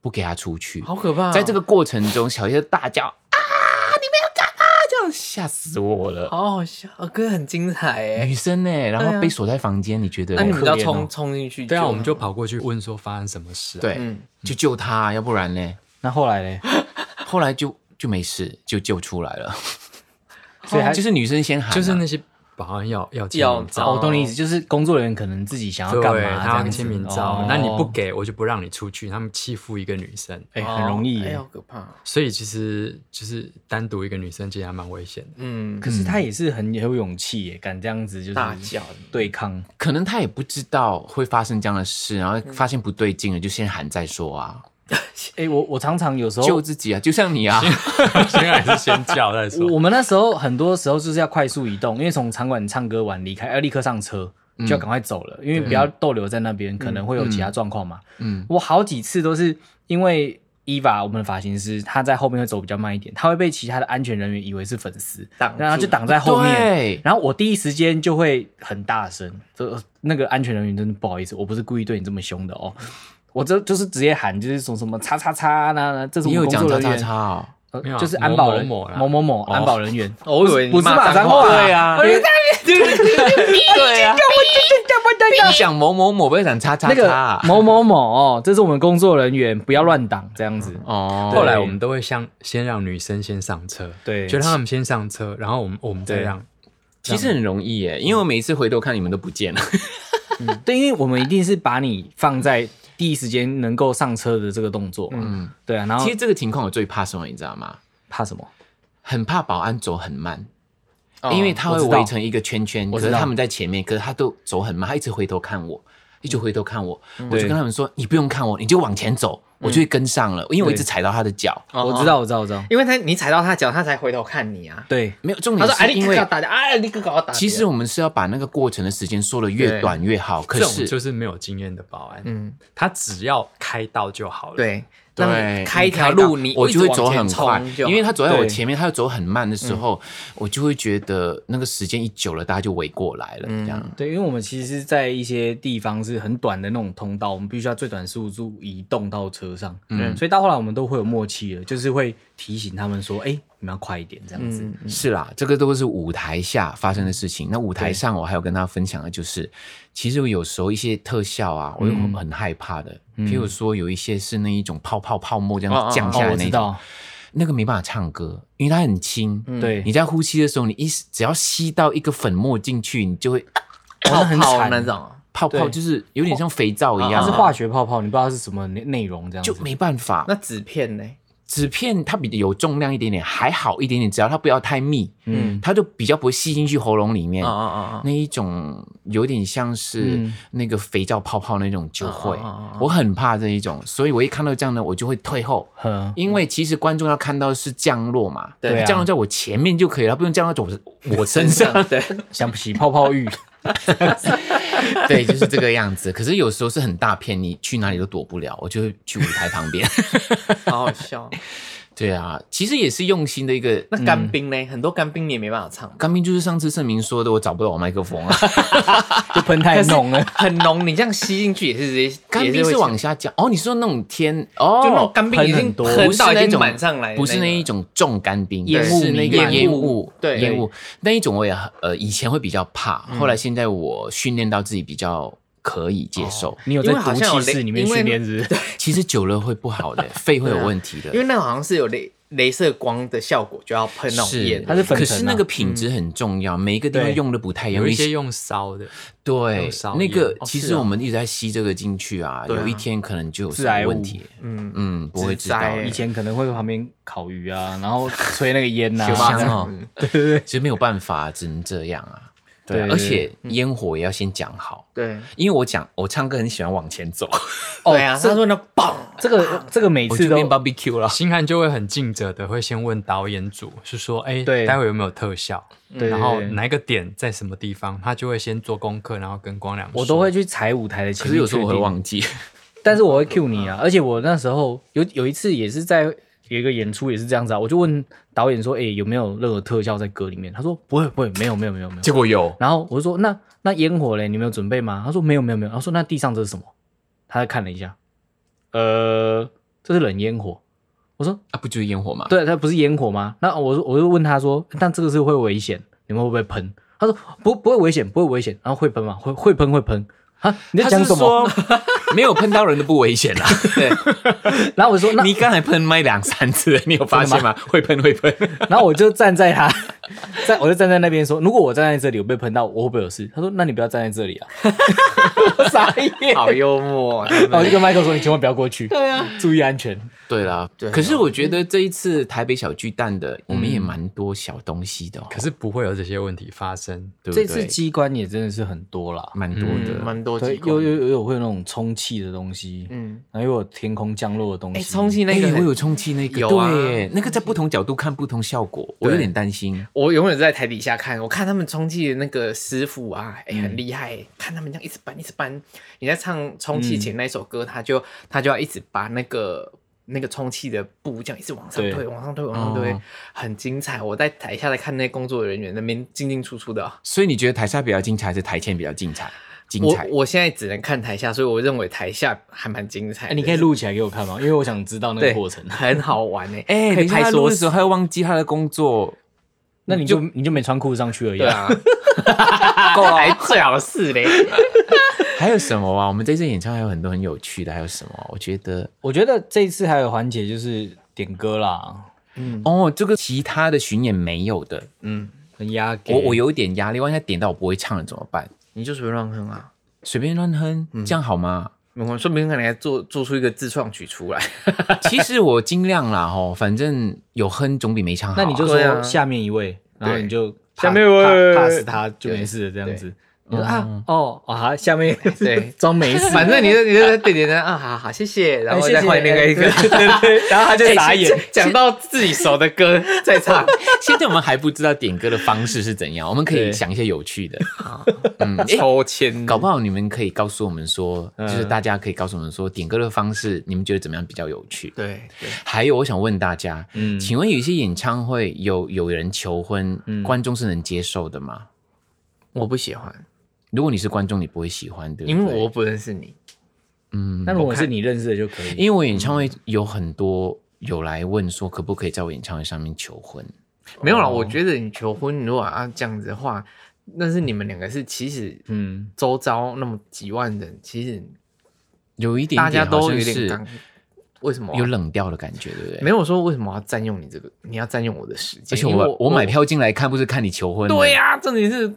S2: 不给他出去。
S1: 好可怕哦、
S2: 在这个过程中，小黑就大叫啊，你们要干嘛？啊这样吓死我了。
S1: 好好笑，哦哥很精彩哎
S2: 女。生呢、然
S1: 对
S2: 后
S1: 啊
S2: 被锁在房间，你觉得
S1: 那你们就要
S3: 可怜哦
S1: 冲冲进去救
S4: 对
S1: 他？
S4: 啊，我们就跑过去问说发生什么事、啊。，
S2: 对，
S1: 嗯
S2: 就救他，要不然呢？
S3: 那后来嘞，
S2: 后来就就没事，就救出来了。
S3: 所以还
S2: 就是女生先喊啊、
S4: 就是那些保安要要签
S1: 要
S4: 名
S1: 找
S4: 照，
S3: 哦，我懂你意思，就是工作人员可能自己想要
S4: 对，
S3: 干嘛，这
S4: 他要
S3: 样子
S4: 签名照
S3: 哦，
S4: 那你不给我就不让你出去，他们欺负一个女生，
S3: 哎、很容易、
S1: 哦
S3: 欸
S1: 哎，好可怕。
S4: 所以其实就是单独一个女生其实还蛮危险的。
S1: 嗯，
S3: 可是他也是很有勇气耶、敢这样子就是
S1: 大叫
S3: 对抗，
S2: 可能她也不知道会发生这样的事，然
S3: 嗯
S2: 后发现不对劲了，就先喊再说啊，
S3: 哎、我我常常有时
S2: 救
S3: 候。
S2: 自己啊，就像你啊，
S4: 先还是先叫再
S3: 我
S4: 说。
S3: 我们那时候很多时候就是要快速移动，因为从场馆唱歌完离开，要立刻上车，就要赶快走了，因为不要逗留在那边，可能会有其他状况嘛。
S2: 嗯
S3: 我好几次都是因为伊娃，我们的发型师，他在后面会走比较慢一点，他会被其他的安全人员以为是粉丝，
S1: 啊挡住
S3: 然后就挡在后面。
S2: 对，
S3: 然后我第一时间就会很大声，这那个安全人员真的不好意思，我不是故意对你这么凶的哦，我这就是直接喊，就是说什么叉叉叉那那，这是
S2: 你
S3: 我
S2: 有
S3: 们
S2: 讲
S3: 工
S2: 叉
S3: 作
S2: 叉
S3: 人员
S2: 叉，哦，
S3: 呃
S4: 没有啊
S3: 就是安保人
S4: 某某某啦
S3: 某某某安保人员，
S1: 哦我以为你
S3: 不是
S1: 骂
S3: 骂
S1: 脏
S3: 脏话
S2: 对啊
S3: 我就在
S2: 对啊， 你讲某某某，不要讲叉叉
S3: 那
S2: 叉
S3: 个
S2: 啊，
S3: 某某某哦，这是我们工作人员，不要乱挡这样子。
S2: 哦，
S4: 后来我们都会像先让女生先上车，
S3: 对
S4: 就让他们先上车，然后我们我们再
S3: 对
S4: 让。
S2: 其实很容易耶，因为我每一次回头看你们都不见了，
S3: 嗯对，因为我们一定是把你放在第一时间能够上车的这个动作。嗯，对啊，然后
S2: 其实这个情况我最怕什么，你知道吗？
S3: 怕什么？
S2: 很怕保安走很慢，
S1: 哦
S2: 因为他会
S3: 我知道
S2: 围成一个圈圈，可
S3: 我知
S2: 是
S3: 道
S2: 他们在前面，可是他都走很慢，他一直回头看我，一直回头看我，我就跟他们说：“你不用看我，你就往前走，我就会跟上了，因为我一直踩到他的脚。
S1: 哦
S3: 我知道，我知道，我知道。
S1: 因为他你踩到他脚，他才回头看你啊。
S3: 对”
S2: 没有重
S1: 他
S2: 点
S1: 说：“哎，
S2: 是
S1: 你
S2: 因
S1: 给
S2: 为
S1: 我打的，哎，你给我打的。”
S2: 其实我们是要把那个过程的时间缩得
S1: 对
S2: 越短越好，
S4: 这
S2: 可
S4: 种
S2: 是
S4: 就是没有经验的保安，
S1: 嗯
S4: 他只要开道就好了。，
S1: 对，
S2: 对
S1: 那你开一
S2: 你到
S1: 条路，你
S2: 我
S1: 一
S2: 就会
S1: 直往
S2: 走
S1: 前
S2: 很
S1: 冲
S2: 快，
S1: 就好
S2: 因为他走在我
S3: 对
S2: 前面，他又走很慢的时候，我就会觉得那个时间一久了，大家就围过来了，这样。
S3: 对，因为我们其实是在一些地方是很短的那种通道，我们必须要最短速度移动到车上。嗯，所以到后来我们都会有默契了，就是会提醒他们说：“哎，你们要快一点这样子。
S1: 嗯，
S2: 是啦，这个都是舞台下发生的事情。那舞台上，我还有跟大家分享的就是，其实我有时候一些特效啊，我又
S3: 嗯
S2: 很很害怕的。譬如说，有一些是那一种泡泡泡沫这
S1: 哦哦
S2: 样
S1: 哦
S2: 降下
S3: 哦，
S2: 来
S3: 我
S2: 那
S3: 知
S2: 种，
S3: 道，嗯
S2: 那个没办法唱歌，因为它很轻。
S3: 对，
S2: 你在呼吸的时候，你一只要吸到一个粉末进去，你就会啊
S1: 哇那很哦
S3: 好
S1: 吵
S3: 惨
S1: 那种，
S2: 泡泡，
S3: 对哦
S2: 就是有点像肥皂一
S3: 它
S2: 样，啊
S3: 是化学泡泡，你不知道它是什么内内容这样子。
S2: 就没办法。
S1: 那纸片呢？
S2: 纸片它比有重量一点点，还好一点点，只要它不要太密，
S1: 嗯
S2: 它就比较不会吸进去喉咙里面。
S1: 啊啊啊！
S2: 那一种有点像是
S3: 嗯
S2: 那个肥皂泡泡那种就会
S1: 哦哦哦哦，
S2: 我很怕这一种，所以我一看到这样的我就会退后，
S3: 嗯，
S2: 因为其实观众要看到是降落嘛，
S1: 对
S3: 啊
S2: 降落在我前面就可以了，不用降落在我我身 上，
S1: 对，
S3: 想不起泡泡浴，
S2: 对，就是这个样 子。可是有时候是很大片，你去哪里都躲不了，我就会去舞台旁 边。
S1: 好好笑。哦
S2: 对啊，其实也是用心的一个。
S1: 那干冰呢？很多干冰你也没办法唱，
S2: 干冰就是上次盛明说的，我找不到我麦克风啊。
S3: 就喷太浓了。
S1: 很浓，你这样吸进去也是直接，
S2: 哦干
S1: 也
S2: 冰是
S1: 会
S2: 往下降哦，你说那种天哦，
S1: 就那种干冰已
S3: 喷
S1: 经
S3: 很多
S1: 喷到已
S2: 那
S1: 经
S2: 种
S1: 满上来的个，
S2: 不是那一种重干冰，
S1: 烟
S2: 对
S1: 雾
S2: 是那
S1: 弥漫
S2: 个烟雾，
S1: 对嗯
S2: 烟雾那一种我也呃以前会比较怕，后来现在我训练到自己比较可以接受。
S3: 你有
S1: 因
S3: 在
S1: 为好
S3: 毒
S1: 像有
S3: 气
S1: 雷
S3: 室里面
S1: 因为
S3: 训练是不是？
S2: 其实久了会不好 的，肺会有问题的
S1: 啊因。为那个好像是有雷镭射光的效果，就要喷那种
S2: 是
S1: 烟，
S3: 它是粉
S2: 可
S3: 尘
S2: 是
S3: 啊
S2: 那个品质很重要，每一个地方
S3: 对
S2: 用的不太一样。
S4: 有一些
S2: 些
S4: 用烧的，
S2: 对
S4: 用少
S2: 那个
S4: 盐，
S1: 哦
S2: 其
S1: 是
S2: 实
S1: 啊
S2: 我们一直在吸这个进去啊，
S1: 对啊
S2: 有一天可能就有
S3: 致
S2: 什么
S3: 癌物
S2: 问题。
S1: 嗯，
S2: 嗯，不会知道
S1: 致，癌
S3: 以前可能会旁边烤鱼啊，然后吹那个烟 呐、
S2: 好
S3: 啊，
S2: 香哦。
S1: 嗯
S2: 其实没有办法，只能这样啊。对啊，
S3: 对
S2: 而且
S1: 嗯
S2: 烟火也要先讲好。
S1: 对，
S2: 因为我讲我唱歌很喜欢往前 走，哦
S1: 对啊， 他说那棒，
S3: 这个这个每
S2: 我
S3: 次
S2: 就
S3: 都
S2: 变 barbecue 了。
S4: 星汉就会很尽责的，会先问导演组，是说，哎、
S3: 对
S4: 待会有没有特效？
S3: 对
S4: 然后
S3: 对对
S4: 哪一个点在什么地方，他就会先做功课，然后跟光良说。
S3: 我都会去踩舞台的
S2: 可
S3: 前
S2: 是
S3: 面
S2: 有时候
S3: 确
S2: 我会
S3: 定
S2: 忘记，
S3: 但是我会 cue 你啊，而且我那时候有有一次也是在有一个演出也是这样子啊，我就问导演说，哎、有没有任何特效在歌里面？他说不会不会，没有没有没有没有。
S2: 果有
S3: 然后我就说那那烟火嘞，你们有准备吗？他说没有没有没有。然后说那地上这是什么？他看了一下，呃，这是冷烟火。我说
S2: 啊，不就是烟火吗？，
S3: 对，它不是烟火吗？那我说我就问他说，但这个是会危险，你们会不会喷？他说不不会危险，不会危险。然后会喷吗？会会喷会喷啊？你在讲什么？？
S2: 没有喷到人都不危 险啦。
S1: 对，
S3: 然后我说那
S2: 你刚才喷麦两三次了，你有发现吗？会喷会喷，
S3: 然后我就站在他，在我就站在那边说，如果我站在这里，我被喷到，我会不会有事？他说，那你不要站在这里啊！我傻眼。
S1: 好幽默，啊
S3: 然后我就跟 Michael 说，你千万不要过去，对啊，注意安全。
S2: 对啊啦，
S1: 对
S2: 可是我觉得这一次台北小巨蛋的，我们也蛮多小东西的哦，
S4: 可是不会有这些问题发生。
S2: 对
S3: 这
S2: 不
S3: 次
S2: 对？
S3: 机关也真的是很多啦，
S2: 蛮多
S1: 嗯，
S2: 的，
S1: 蛮多
S3: 对
S1: 集，，
S3: 有有有有会有那种充气的东西，
S1: 嗯，
S3: 然后又有天空降落的东西，
S1: 哎，充气那
S2: 哎
S1: 个
S2: 我
S1: 很
S2: 有充气那个，
S1: 有啊
S2: 对耶，那个在不同角度看不同效果，我有点担心。
S1: 我永远在台底下看，我看他们充气的那个师傅啊，哎、很厉害、看他们这样一直搬一直搬。你在唱充气前那一首歌，他就他就要一直把那个那个充气的布这样一直往上推，
S3: 对
S1: 往上推，往上推，很精彩。我在台下在看那工作人员那边进进出出的啊，
S2: 所以你觉得台下比较精彩，还是台前比较精彩？精
S1: 我
S2: 彩。
S1: 我现在只能看台下，所以我认为台下还蛮精彩
S3: 哎、
S1: 的。
S3: 你可以录起来给我看吗？因为我想知道那
S1: 对
S3: 个过程。
S1: 很好玩哎、
S2: 哎、
S1: 可
S2: 等
S1: 以
S2: 一下
S1: 拍
S2: 他录
S1: 缩
S2: 的时候，他会忘记他的工作，
S3: 那你就你就没穿裤子上去而已、
S1: 对啊，够了， 还最好是嘞。
S2: 还有什么啊？我们这次演唱还有很多很有趣的，还有什么？啊我觉得
S3: 我觉得这一次还有环节就是点歌啦，
S2: 哦，这个其他的巡演没有的，
S3: 很压给
S2: 我我有一点压力，万一他点到我不会唱了怎么办？
S1: 你就随便乱哼啊。
S2: 随便乱哼，这样好吗？
S1: 我们说不定可能还做做出一个自创曲出来。
S2: 其实我尽量啦，吼，反正有哼总比没唱好啊、
S3: 那你 就
S1: 对啊
S3: 说下面一位，然后
S1: 对
S3: 你就
S1: 下面一位
S3: p a 他就没事了，这样子。你说啊，哦啊，好下面
S1: 对
S3: 装没事，
S1: 反正你就你就在对点的啊，好好谢谢，然后
S3: 哎
S1: 再换另外一个，哎
S3: 谢谢哎对对对， 然后他就傻眼。
S1: 讲到自己熟的歌再唱。
S2: 现在我们还不知道点歌的方式是怎样，我们可以
S3: 对
S2: 想一些有趣 的。哦
S1: 抽签
S2: 嗯搞不好你们可以告诉我们说，就是大家可以告诉我们说，点歌的方式你们觉得怎么样比较有趣？
S1: 对对，
S2: 还有，我想问大家，
S3: 嗯
S2: 请问有一些演唱会有有人求婚，观众是能接受的吗？
S1: 我不喜欢，
S2: 如果你是观众，你不会喜欢，对不对？
S1: 因为我不认识你。
S3: 那如果是你认识的就可以，
S1: 嗯
S2: 因为我演唱会有很多有来问说可不可以在我演唱会上面求婚。
S1: 没有啦，我觉得你求婚如果要这样子的话，那是你们两个是其实，
S3: 嗯
S1: 嗯，周遭那么几万人，其实
S2: 有一点
S1: 大
S2: 点
S1: 家
S2: 好
S1: 都
S2: 像
S1: 有点
S2: 是
S1: 尴，为什么啊、
S2: 有冷掉的感觉，对不对？
S1: 没有说为什么要占用你这个？你要占用我的时
S2: 而
S1: 间，
S2: 且
S1: 因为
S2: 我我买票进来看，不是看你求婚？
S1: 对、呀、重点是，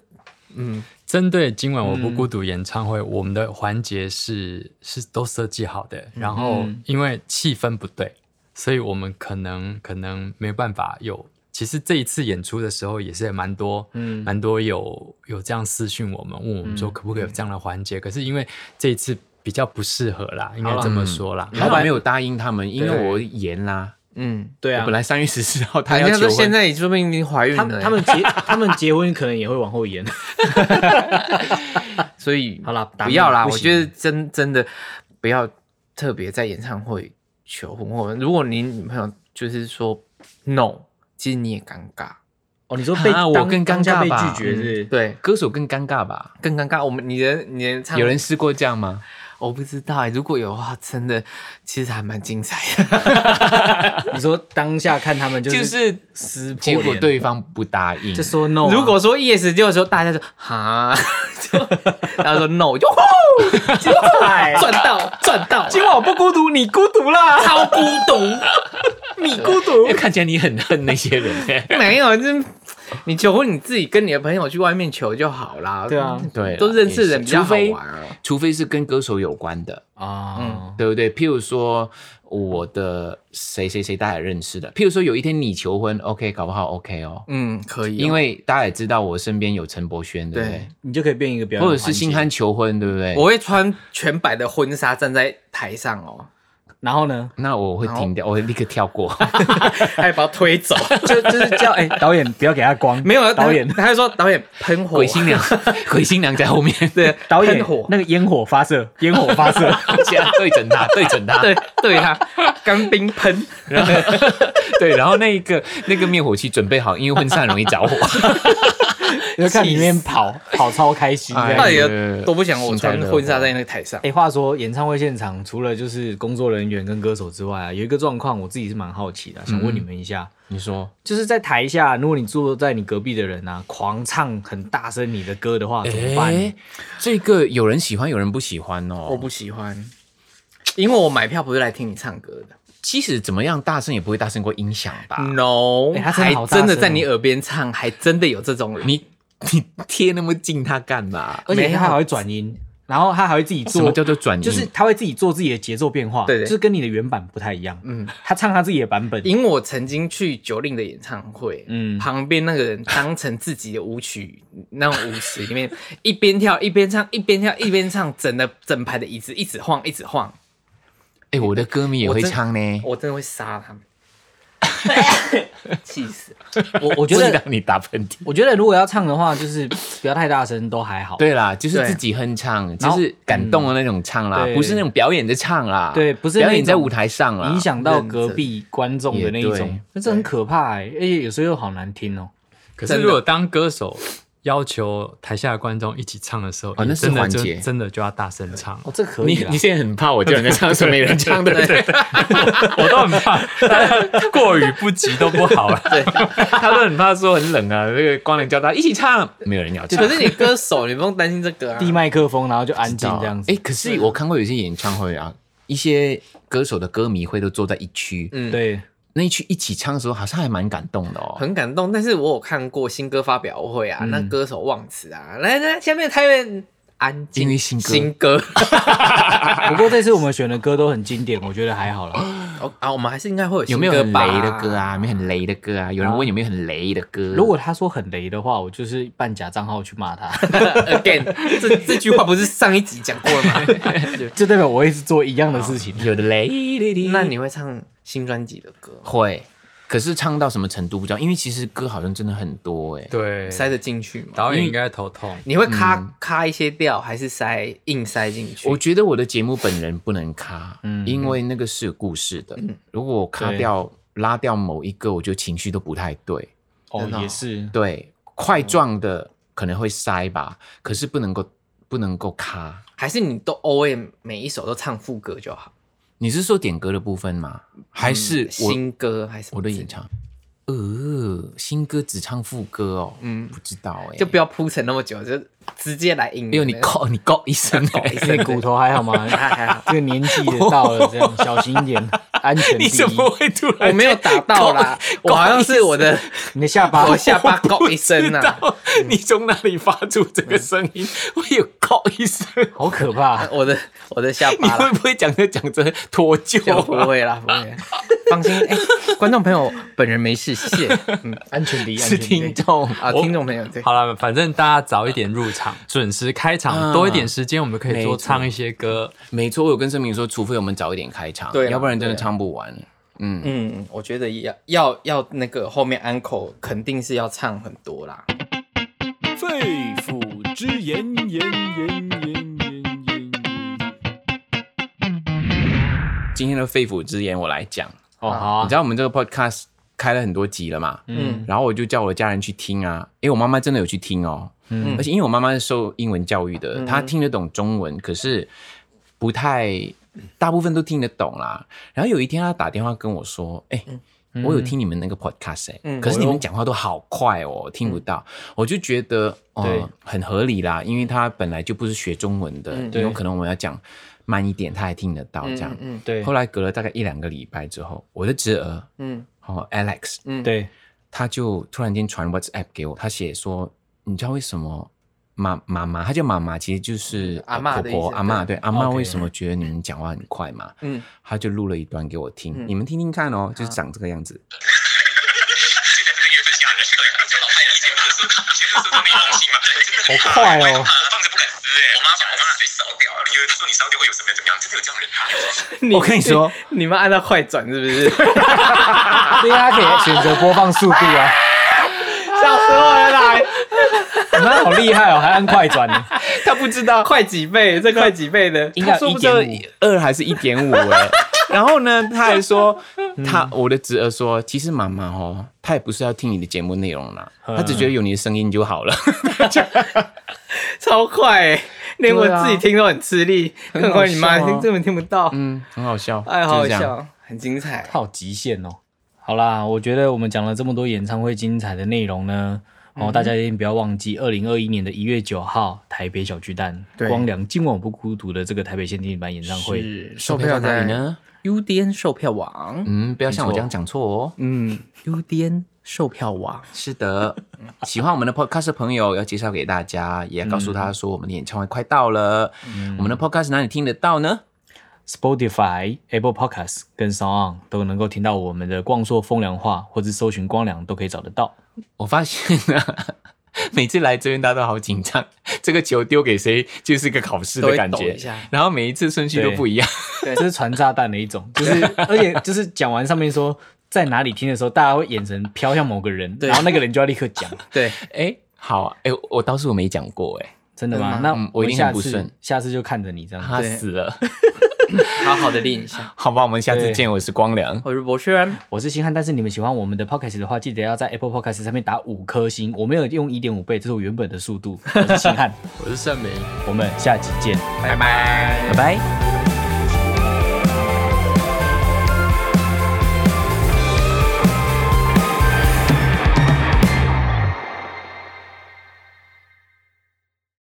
S1: 嗯，
S4: 针对今晚我
S2: 嗯
S4: 不孤独演唱会，我们的环节是是都设计好的，
S2: 嗯
S4: 然后因为气氛不对，所以我们可能可能没办法有。其实这一次演出的时候也是蛮多，
S3: 嗯
S4: 蛮多有有这样私讯我们，问我们说可不可以有这样的环节。可是因为这一次比较不适合啦，应该这么说啦。
S2: 老板没有答应他们，因为我延啦。
S1: 嗯，
S3: 对
S2: 我
S3: 啊
S2: 本，来三月十四号他
S1: 人
S2: 要
S1: 家
S2: 求
S1: 说
S2: 婚，
S1: 现在说不定已经怀孕
S3: 他
S1: 了欸、
S3: 们他们 结他们结婚可能也会往后延。
S1: 所以
S3: 好啦打
S1: 不要啦，
S3: 不
S1: 我
S3: 行
S1: 觉得真真的不要特别在演唱会求婚，或者如果你女朋友就是说 no，其实你也尴尬，
S3: 哦，你说被
S2: 啊我
S3: 当
S2: 更尴
S3: 当下
S2: 尬
S3: 被
S2: 吧
S3: 拒绝是不是？
S1: 对，
S2: 歌手更尴尬 吧？
S1: 更尴尬。我们你的你的唱
S2: 有人试过这样吗？
S1: 我不知道欸、如果有的话，真的其实还蛮精彩的。
S3: 你说当下看他们就是
S2: 是
S3: 撕破
S2: 结
S3: 脸
S2: 果对方不答应，
S3: 就说 no 啊。
S1: 如果说 yes，就是说大家就哈，就然后说 no，就呼，精彩，赚到赚到，
S3: 今晚我不孤独，你孤独啦，
S1: 超孤独。
S3: 你孤独
S2: 哎。看起来你很恨那些人、哎
S1: 没有，就是你求婚，你自己跟你的朋友去外面求就好啦。嗯
S3: 对啊，
S2: 对啦，
S1: 都认识人
S2: 也
S1: 比
S2: 是
S1: 较
S2: 除
S1: 好
S2: 非
S1: 玩啊。
S2: 除非是跟歌手有关的，
S1: 哦
S2: 嗯
S3: 啊，
S2: 对不对？譬如说我的谁谁谁，大家也认识的。譬如说有一天你求婚，OK，搞不好 OK 哦，
S1: 嗯，可以哦、
S2: 因为大家也知道我身边有陈柏轩，对不对？
S3: 你就可以变一个表演
S2: 或
S3: 环
S2: 者
S3: 节，
S2: 是星汉求婚，对不对？
S1: 我会穿全白的婚纱站在台上哦，
S3: 然后呢，
S2: 那我会停掉，我会立刻跳 过。
S1: 还把他推走。
S3: 就就是叫哎导演不要给他光，
S1: 没有啊
S3: 导演
S1: 他他就说导演喷火，
S2: 鬼新 娘，鬼新娘在后面，
S1: 对
S3: 导演
S1: 喷火，
S3: 那个烟火发射，烟火发射，
S2: 这样对准他，对准他，
S1: 对对他干冰 喷，
S2: 然后对，然后那一个那个灭火器准备好，因为婚纱很容易着火。
S3: 就看里面跑跑超开心这
S2: 哎
S3: 样。
S1: 到底有
S2: 对
S1: 多不想我穿
S2: 幸灾乐祸
S1: 婚纱在那个台上。
S3: 哎，话说演唱会现场除了就是工作人员跟歌手之外啊，有一个状况我自己是蛮好奇的，啊想问你们一下，
S2: 你说，
S3: 就是在台下，如果你坐在你隔壁的人啊，狂唱很大声你的歌的话，怎么 办？
S2: 哎，这个有人喜欢，有人不喜欢
S1: 我
S2: 哦。
S1: 不喜欢，因为我买票不是来听你唱歌的。
S2: 即使怎么样，大声也不会大声过音响吧？
S1: No，、
S3: 哎他真的
S1: 还
S3: 好大
S1: 真的
S3: 声
S1: 在
S3: 哦
S1: 你耳边唱，还真的有这种人。
S2: 你 你贴那么近他干嘛？
S3: 而且
S1: 没有
S3: 他还会转音，然后他还会自己
S2: 什
S3: 做
S2: 么，叫做转音？
S3: 就是他会自己做自己的节奏变化，
S1: 对对
S3: 就是跟你的原版不太一样。嗯，他唱他自己的版本，
S1: 因为我曾经去九令的演唱会，
S3: 嗯
S1: 嗯，旁边那个人当成自己的舞曲那种舞池里面， 一边跳一边唱，一边跳一边唱，整的整排的椅子一直晃一直晃，
S2: 哎，我的歌迷也
S1: 我
S2: 会
S1: 真
S2: 唱呢。
S1: 我真的会杀他 们，气死！
S3: 我我
S2: 我
S3: 觉
S2: 是
S3: 得
S2: 让，你打喷嚏。
S3: 我觉得如果要唱的话，就是不要太大声都还好。
S2: 对嗯啦，就是
S1: 对
S2: 自己哼唱，
S3: 然
S2: 就
S3: 后
S2: 是感动的那种唱啦，
S3: 对
S2: 不是那种表演的唱啦，
S3: 对不是那
S2: 表
S3: 种
S2: 演在舞台上啦，
S3: 影响到隔壁观众的那一
S2: 也
S3: 种
S2: 对，
S3: 那这很可怕哎，而且有时候又好难听哦。
S4: 可是如果当歌手要求台下的观众一起唱的时候，
S2: 哦那是
S4: 真的
S2: 环
S4: 就
S2: 节
S4: 真的就要大声唱。
S3: 哦，这可
S2: 你
S3: 以啦
S2: 你。现在很怕我叫人家唱，是没人唱对不对？
S4: 我都很怕，大家过于不及都不好了。
S2: 他都很怕说很冷啊，这个光良叫他一起唱， 没有人要唱
S1: 可。是你歌手，你不用担心这个啊。
S3: 递麦克风，然后就安静这样子
S2: 哎，。可是我看过有些演唱会啊，一些歌手的歌迷会都坐在一区，
S1: 嗯，
S3: 对，
S2: 那一区一起唱的时候，好像还蛮感动的哦。
S1: 很感动。但是我有看过新歌发表会
S2: 嗯
S1: 啊，那歌手忘词啊，来来，下面台面安静，
S2: 因为新歌
S1: 新歌。
S3: 不过这次我们选的歌都很经典，我觉得还 好
S2: 嗯
S3: 啦。
S1: 哦啊，我们还是应该会有
S2: 有没有
S1: 新
S2: 很
S1: 歌吧
S2: 雷的歌？啊？有没有很雷的歌啊？有人问有没有很雷的歌？
S3: 如果他说很雷的话，我就是办假账号去骂他，
S1: Again，这这句话不是上一集讲过 了吗？
S3: 就代表我一直做一样的事情。
S2: 有的雷，
S1: 那你会唱新专辑的歌吗，
S2: 会，可是唱到什么程度不知道，因为其实歌好像真的很多哎、
S4: 对，
S1: 塞得进去吗？
S4: 导演应该头痛。
S1: 你会咔、咔一些调，还是塞硬塞进去？
S2: 嗯我觉得我的节目本人不能卡，因为那个是有故事的。如果我卡
S3: 嗯对
S2: 掉拉掉某一个，我觉得情绪都不太对。
S3: 哦，
S1: 真的哦
S3: 也是，
S2: 对，块状的可能会塞吧，可是不能够不能够卡。
S1: 还是你都 O M 每一首都唱副歌就好。
S2: 你是说点歌的部分吗？还是我、
S1: 嗯新歌还是
S2: 我的
S1: 演
S2: 演
S1: 唱，
S2: 唱？呃，新歌只唱副歌哦，
S1: 嗯
S2: 不知道哎、
S1: 就不要铺陈那么久，就直接来音乐。
S2: 哎呦，你告你告一声、 欸，
S3: 因为骨头还 好吗？
S1: 还还好，
S3: 这个年纪也到了，这样小心一点，安全第
S2: 你怎么
S3: 一。
S2: 会突然？
S1: 我没有打到啦，我好像是我的
S3: 你的下巴，
S1: 我下巴
S2: 不
S1: 告一声
S2: 知
S1: 啊，
S2: 道你从哪里发出这个声音？我有告一声，
S3: 好可怕！
S1: 我的我的下
S2: 你
S1: 巴
S2: 会
S1: 啦，
S2: 不会讲着讲着脱臼
S1: 就不
S2: 啊？
S1: 会啦，不 会。放心，哎，观众朋友，本人没事，谢谢。嗯
S3: 安全第一，安
S2: 是
S3: 全第一
S2: 听众
S1: 啊，
S4: 我
S1: 听众朋友，对，
S4: 好了，反正大家早一点入场，准时开场，
S2: 嗯
S4: 多一点时间，我们可以
S2: 没
S4: 多
S2: 错
S4: 唱一些歌。
S2: 没错，我有跟声明说，除非我们早一点开场，
S1: 对啦啊
S2: 要不然真的
S1: 对啦
S2: 唱不完。嗯，
S1: 嗯，我觉得要要要那个后面安口肯定是要唱很多啦。
S5: 肺腑之言，言言言言言言。
S2: 今天的肺腑之言我来讲。
S3: 哦，好
S2: 你
S3: 啊
S2: 知，道我们这个 podcast 开了很多集了嘛？
S1: 嗯
S2: 然后我就叫我家人去听啊，因为我妈妈真的有去听哦，
S3: 嗯
S2: 而且因为我妈妈是受英文教育的，
S1: 嗯
S2: 她听得懂中文，可是不太，大部分都听得懂啦。然后有一天她打电话跟我说：“哎、我有听你们那个 podcast 哎、
S1: 嗯
S2: 可是你们讲话都好快哦，听不到。我就觉得哦、
S4: 对
S2: 很合理啦，因为她本来就不是学中文的，
S1: 嗯
S2: 有可能我们要讲慢一点，她还听得到这样。
S1: 嗯
S3: 对
S2: 后来隔了大概一两个礼拜之后，我的侄儿
S1: 嗯
S2: 哦 Alex，
S1: 嗯，
S3: 对，
S2: 他就突然间传 WhatsApp 给我，他写说，你知道为什么妈妈妈，他叫妈妈，其实就是
S1: 嗯阿
S2: 呃
S1: 嬷
S2: 婆
S1: 的意思
S2: 婆阿嬷，对阿嬷
S3: OK
S2: 为什么觉得你们讲话很快嘛？
S1: 嗯，
S2: 他就录了一段给我听，
S1: 嗯
S2: 你们听听看哦，就是
S1: 好
S2: 长这个样子。
S6: 现在这个月份下的是对，而且老太太以前不是说，以前不是说你放心吗？
S3: 好快哦！
S6: 放着不敢撕哎，我妈把我妈水烧掉，你儿子说你烧掉会有什么样怎么样？真的有这样的人啊？
S2: 我跟你说，
S1: 你们按到快转是不 是？笑
S3: 对啊，可以选择播放速度啊。
S1: 死我了啦！
S3: 你们好厉害哦，还按快转呢。
S1: 他不知道快几倍，这快几倍的，
S2: 应该
S1: 他说
S2: 一
S1: 不定
S2: 点二还是一点五 哎。然后呢，他还说，
S1: 嗯
S2: 他我的侄儿说，其实妈妈哦，她也不是要听你的节目内容啦，
S1: 嗯
S2: 她只觉得有你的声音就好了。
S1: 超快、欸，连我
S2: 对啊
S1: 自己听都很吃力，
S2: 好
S1: 更何况你妈
S2: 笑啊
S1: 听根本听不到。
S2: 嗯， 很好笑，
S1: 哎，
S2: 就
S1: 好好
S2: 是这样。
S1: 笑，很精彩。
S3: 好极限哦。好啦，我觉得我们讲了这么多演唱会精彩的内容呢，然
S1: 嗯
S3: 后大家一定不要忘记，二零二一年的一月九号，台北小巨蛋，
S1: 对
S3: 光良今晚我不孤独的这个台北限定版演唱会，
S1: 是
S2: 售票在哪里呢？
S1: ？UDN 售票网。
S2: 嗯，不要像我这样讲错哦。
S1: 嗯，UDN 售票网。
S2: 是的， 喜欢我们的 podcast 的朋友要介绍给大家，也要告诉他说我们的演唱会快到了。
S1: 嗯
S2: 我们的 podcast 哪里听得到呢？
S3: Spotify、Apple Podcasts 跟 Sound 都能够听到我们的《逛说风凉话》，或是搜寻光良都可以找得到。
S2: 我发现啊， 每次来这边大家都好紧张，这个球丢给谁就是一个考试的感
S1: 都会抖
S2: 觉
S1: 一下，
S2: 然后每一次顺序都不一样。
S1: 对
S3: 这是传炸弹的一种， 就是而且就是讲完上面说在哪里听的时候，大家会眼神飘向某个人，
S1: 对
S3: 然后那个人就要立刻讲。
S1: 对，
S2: 哎，好，哎，我倒是我没讲过，哎，
S3: 真的吗？
S1: 真的吗
S3: 那
S2: 嗯
S3: 我
S2: 我一
S3: 们
S2: 定很
S3: 下
S2: 不
S3: 次
S2: 顺
S3: 下次就看着你这样。
S2: 他
S1: 对
S2: 死了。
S1: 好好的练一下。
S2: 好吧，我们下次
S3: 对
S2: 见。我是光良，
S1: 我是博轩，
S3: 我是星汉，但是你们喜欢我们的 podcast 的话，记得要在 Apple Podcast 上面打五颗星。我没有用一点五倍，这是我 原本的速度。我是星汉，
S4: 我是盛明。
S3: 我们下期见。
S2: 拜拜。